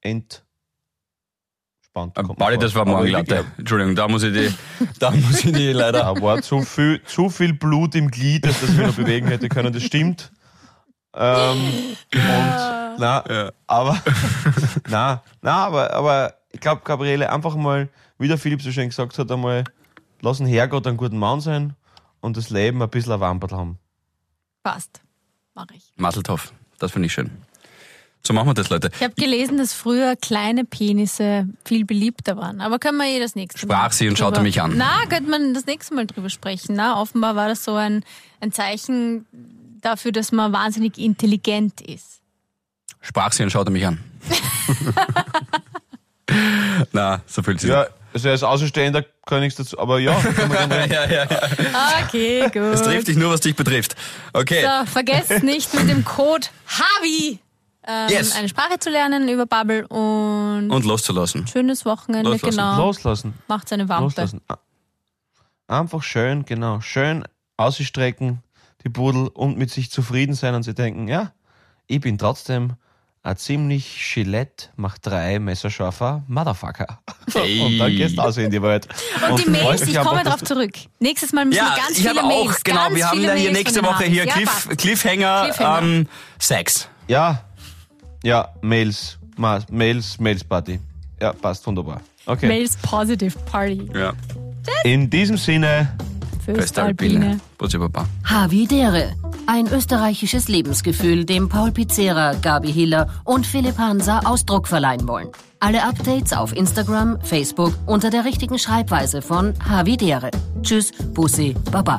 B: entspannt. kommt mir
D: Ähm, Pauli,
B: vor.
D: das war
B: Aber
D: Morgenlatte.
B: wirklich,
D: Entschuldigung, da muss ich die, da muss ich die leider ab.
B: Da war zu viel, zu viel Blut im Glied, dass das wieder bewegen hätte können, das stimmt. Ähm, und na,
D: Ja.
B: Aber, [LAUGHS] na, na, aber, aber ich glaube, Gabriele, einfach mal, wie der Philipp so schön gesagt hat, einmal, lass den Herrgott einen guten Mann sein und das Leben ein bisschen ein Wamperl haben.
C: Passt. Mache ich.
D: Masseltoff, das finde ich schön. So machen wir das, Leute.
C: Ich habe gelesen, dass früher kleine Penisse viel beliebter waren. Aber können wir eh das nächste Mal.
D: Sprach sie und
C: drüber-
D: schaute mich an.
C: Na, könnte man das nächste Mal drüber sprechen. Na, offenbar war das so ein, ein Zeichen dafür, dass man wahnsinnig intelligent ist.
D: Sprach sie und schaute
C: [LAUGHS]
D: mich an. [LAUGHS] Na, so fühlt sie
B: Ja, also als Außenstehender kann nichts dazu, aber ja, kann man gerne
D: [LAUGHS] sich. [LAUGHS] Ja, ja, ja.
C: Okay,
D: [LAUGHS]
C: gut.
D: Es trifft dich nur, was dich betrifft. Okay.
C: So, vergesst nicht mit dem Code HAVI ähm,
D: Yes.
C: eine Sprache zu lernen über Bubble und,
D: Und loszulassen.
C: schönes Wochenende,
D: Loslassen.
C: genau.
B: loslassen.
C: Macht eine Wampe.
B: Loslassen. A- Einfach schön, genau, schön ausstrecken, die Pudel und mit sich zufrieden sein und sie denken, ja, ich bin trotzdem ein ziemlich Gillette macht drei messerscharfer Motherfucker. [LAUGHS]
D: Ey.
B: Und dann gehst du aus in die Welt.
C: Und die
B: freust
C: Mails,
B: dich
C: ich
B: einfach,
C: komme
B: dass
C: drauf zurück. Nächstes Mal müssen
D: Ja,
C: wir ganz
D: ich
C: viele
D: habe auch,
C: Mails.
D: genau,
C: ganz
D: wir haben
C: viele
D: ja hier
C: Mails
D: nächste
C: von den
D: Woche hier
C: Havis. ja,
D: Cliff,
C: passt.
D: Cliffhanger,
C: Cliffhanger.
D: Ähm, Sex.
B: du- Ja, ja, Mails, Ma- Mails, Mails Party. Ja, passt, wunderbar. Okay.
C: Mails Positive Party.
D: Ja,
B: In diesem Sinne.
C: Fürs
D: beste
C: Alpine.
D: Alpine. Bussi Papa.
A: Havidere. Ein österreichisches Lebensgefühl, dem Paul Pizzera, Gabi Hiller und Philipp Hansa Ausdruck verleihen wollen. Alle Updates auf Instagram, Facebook unter der richtigen Schreibweise von Havidere. Tschüss, Bussi, Baba.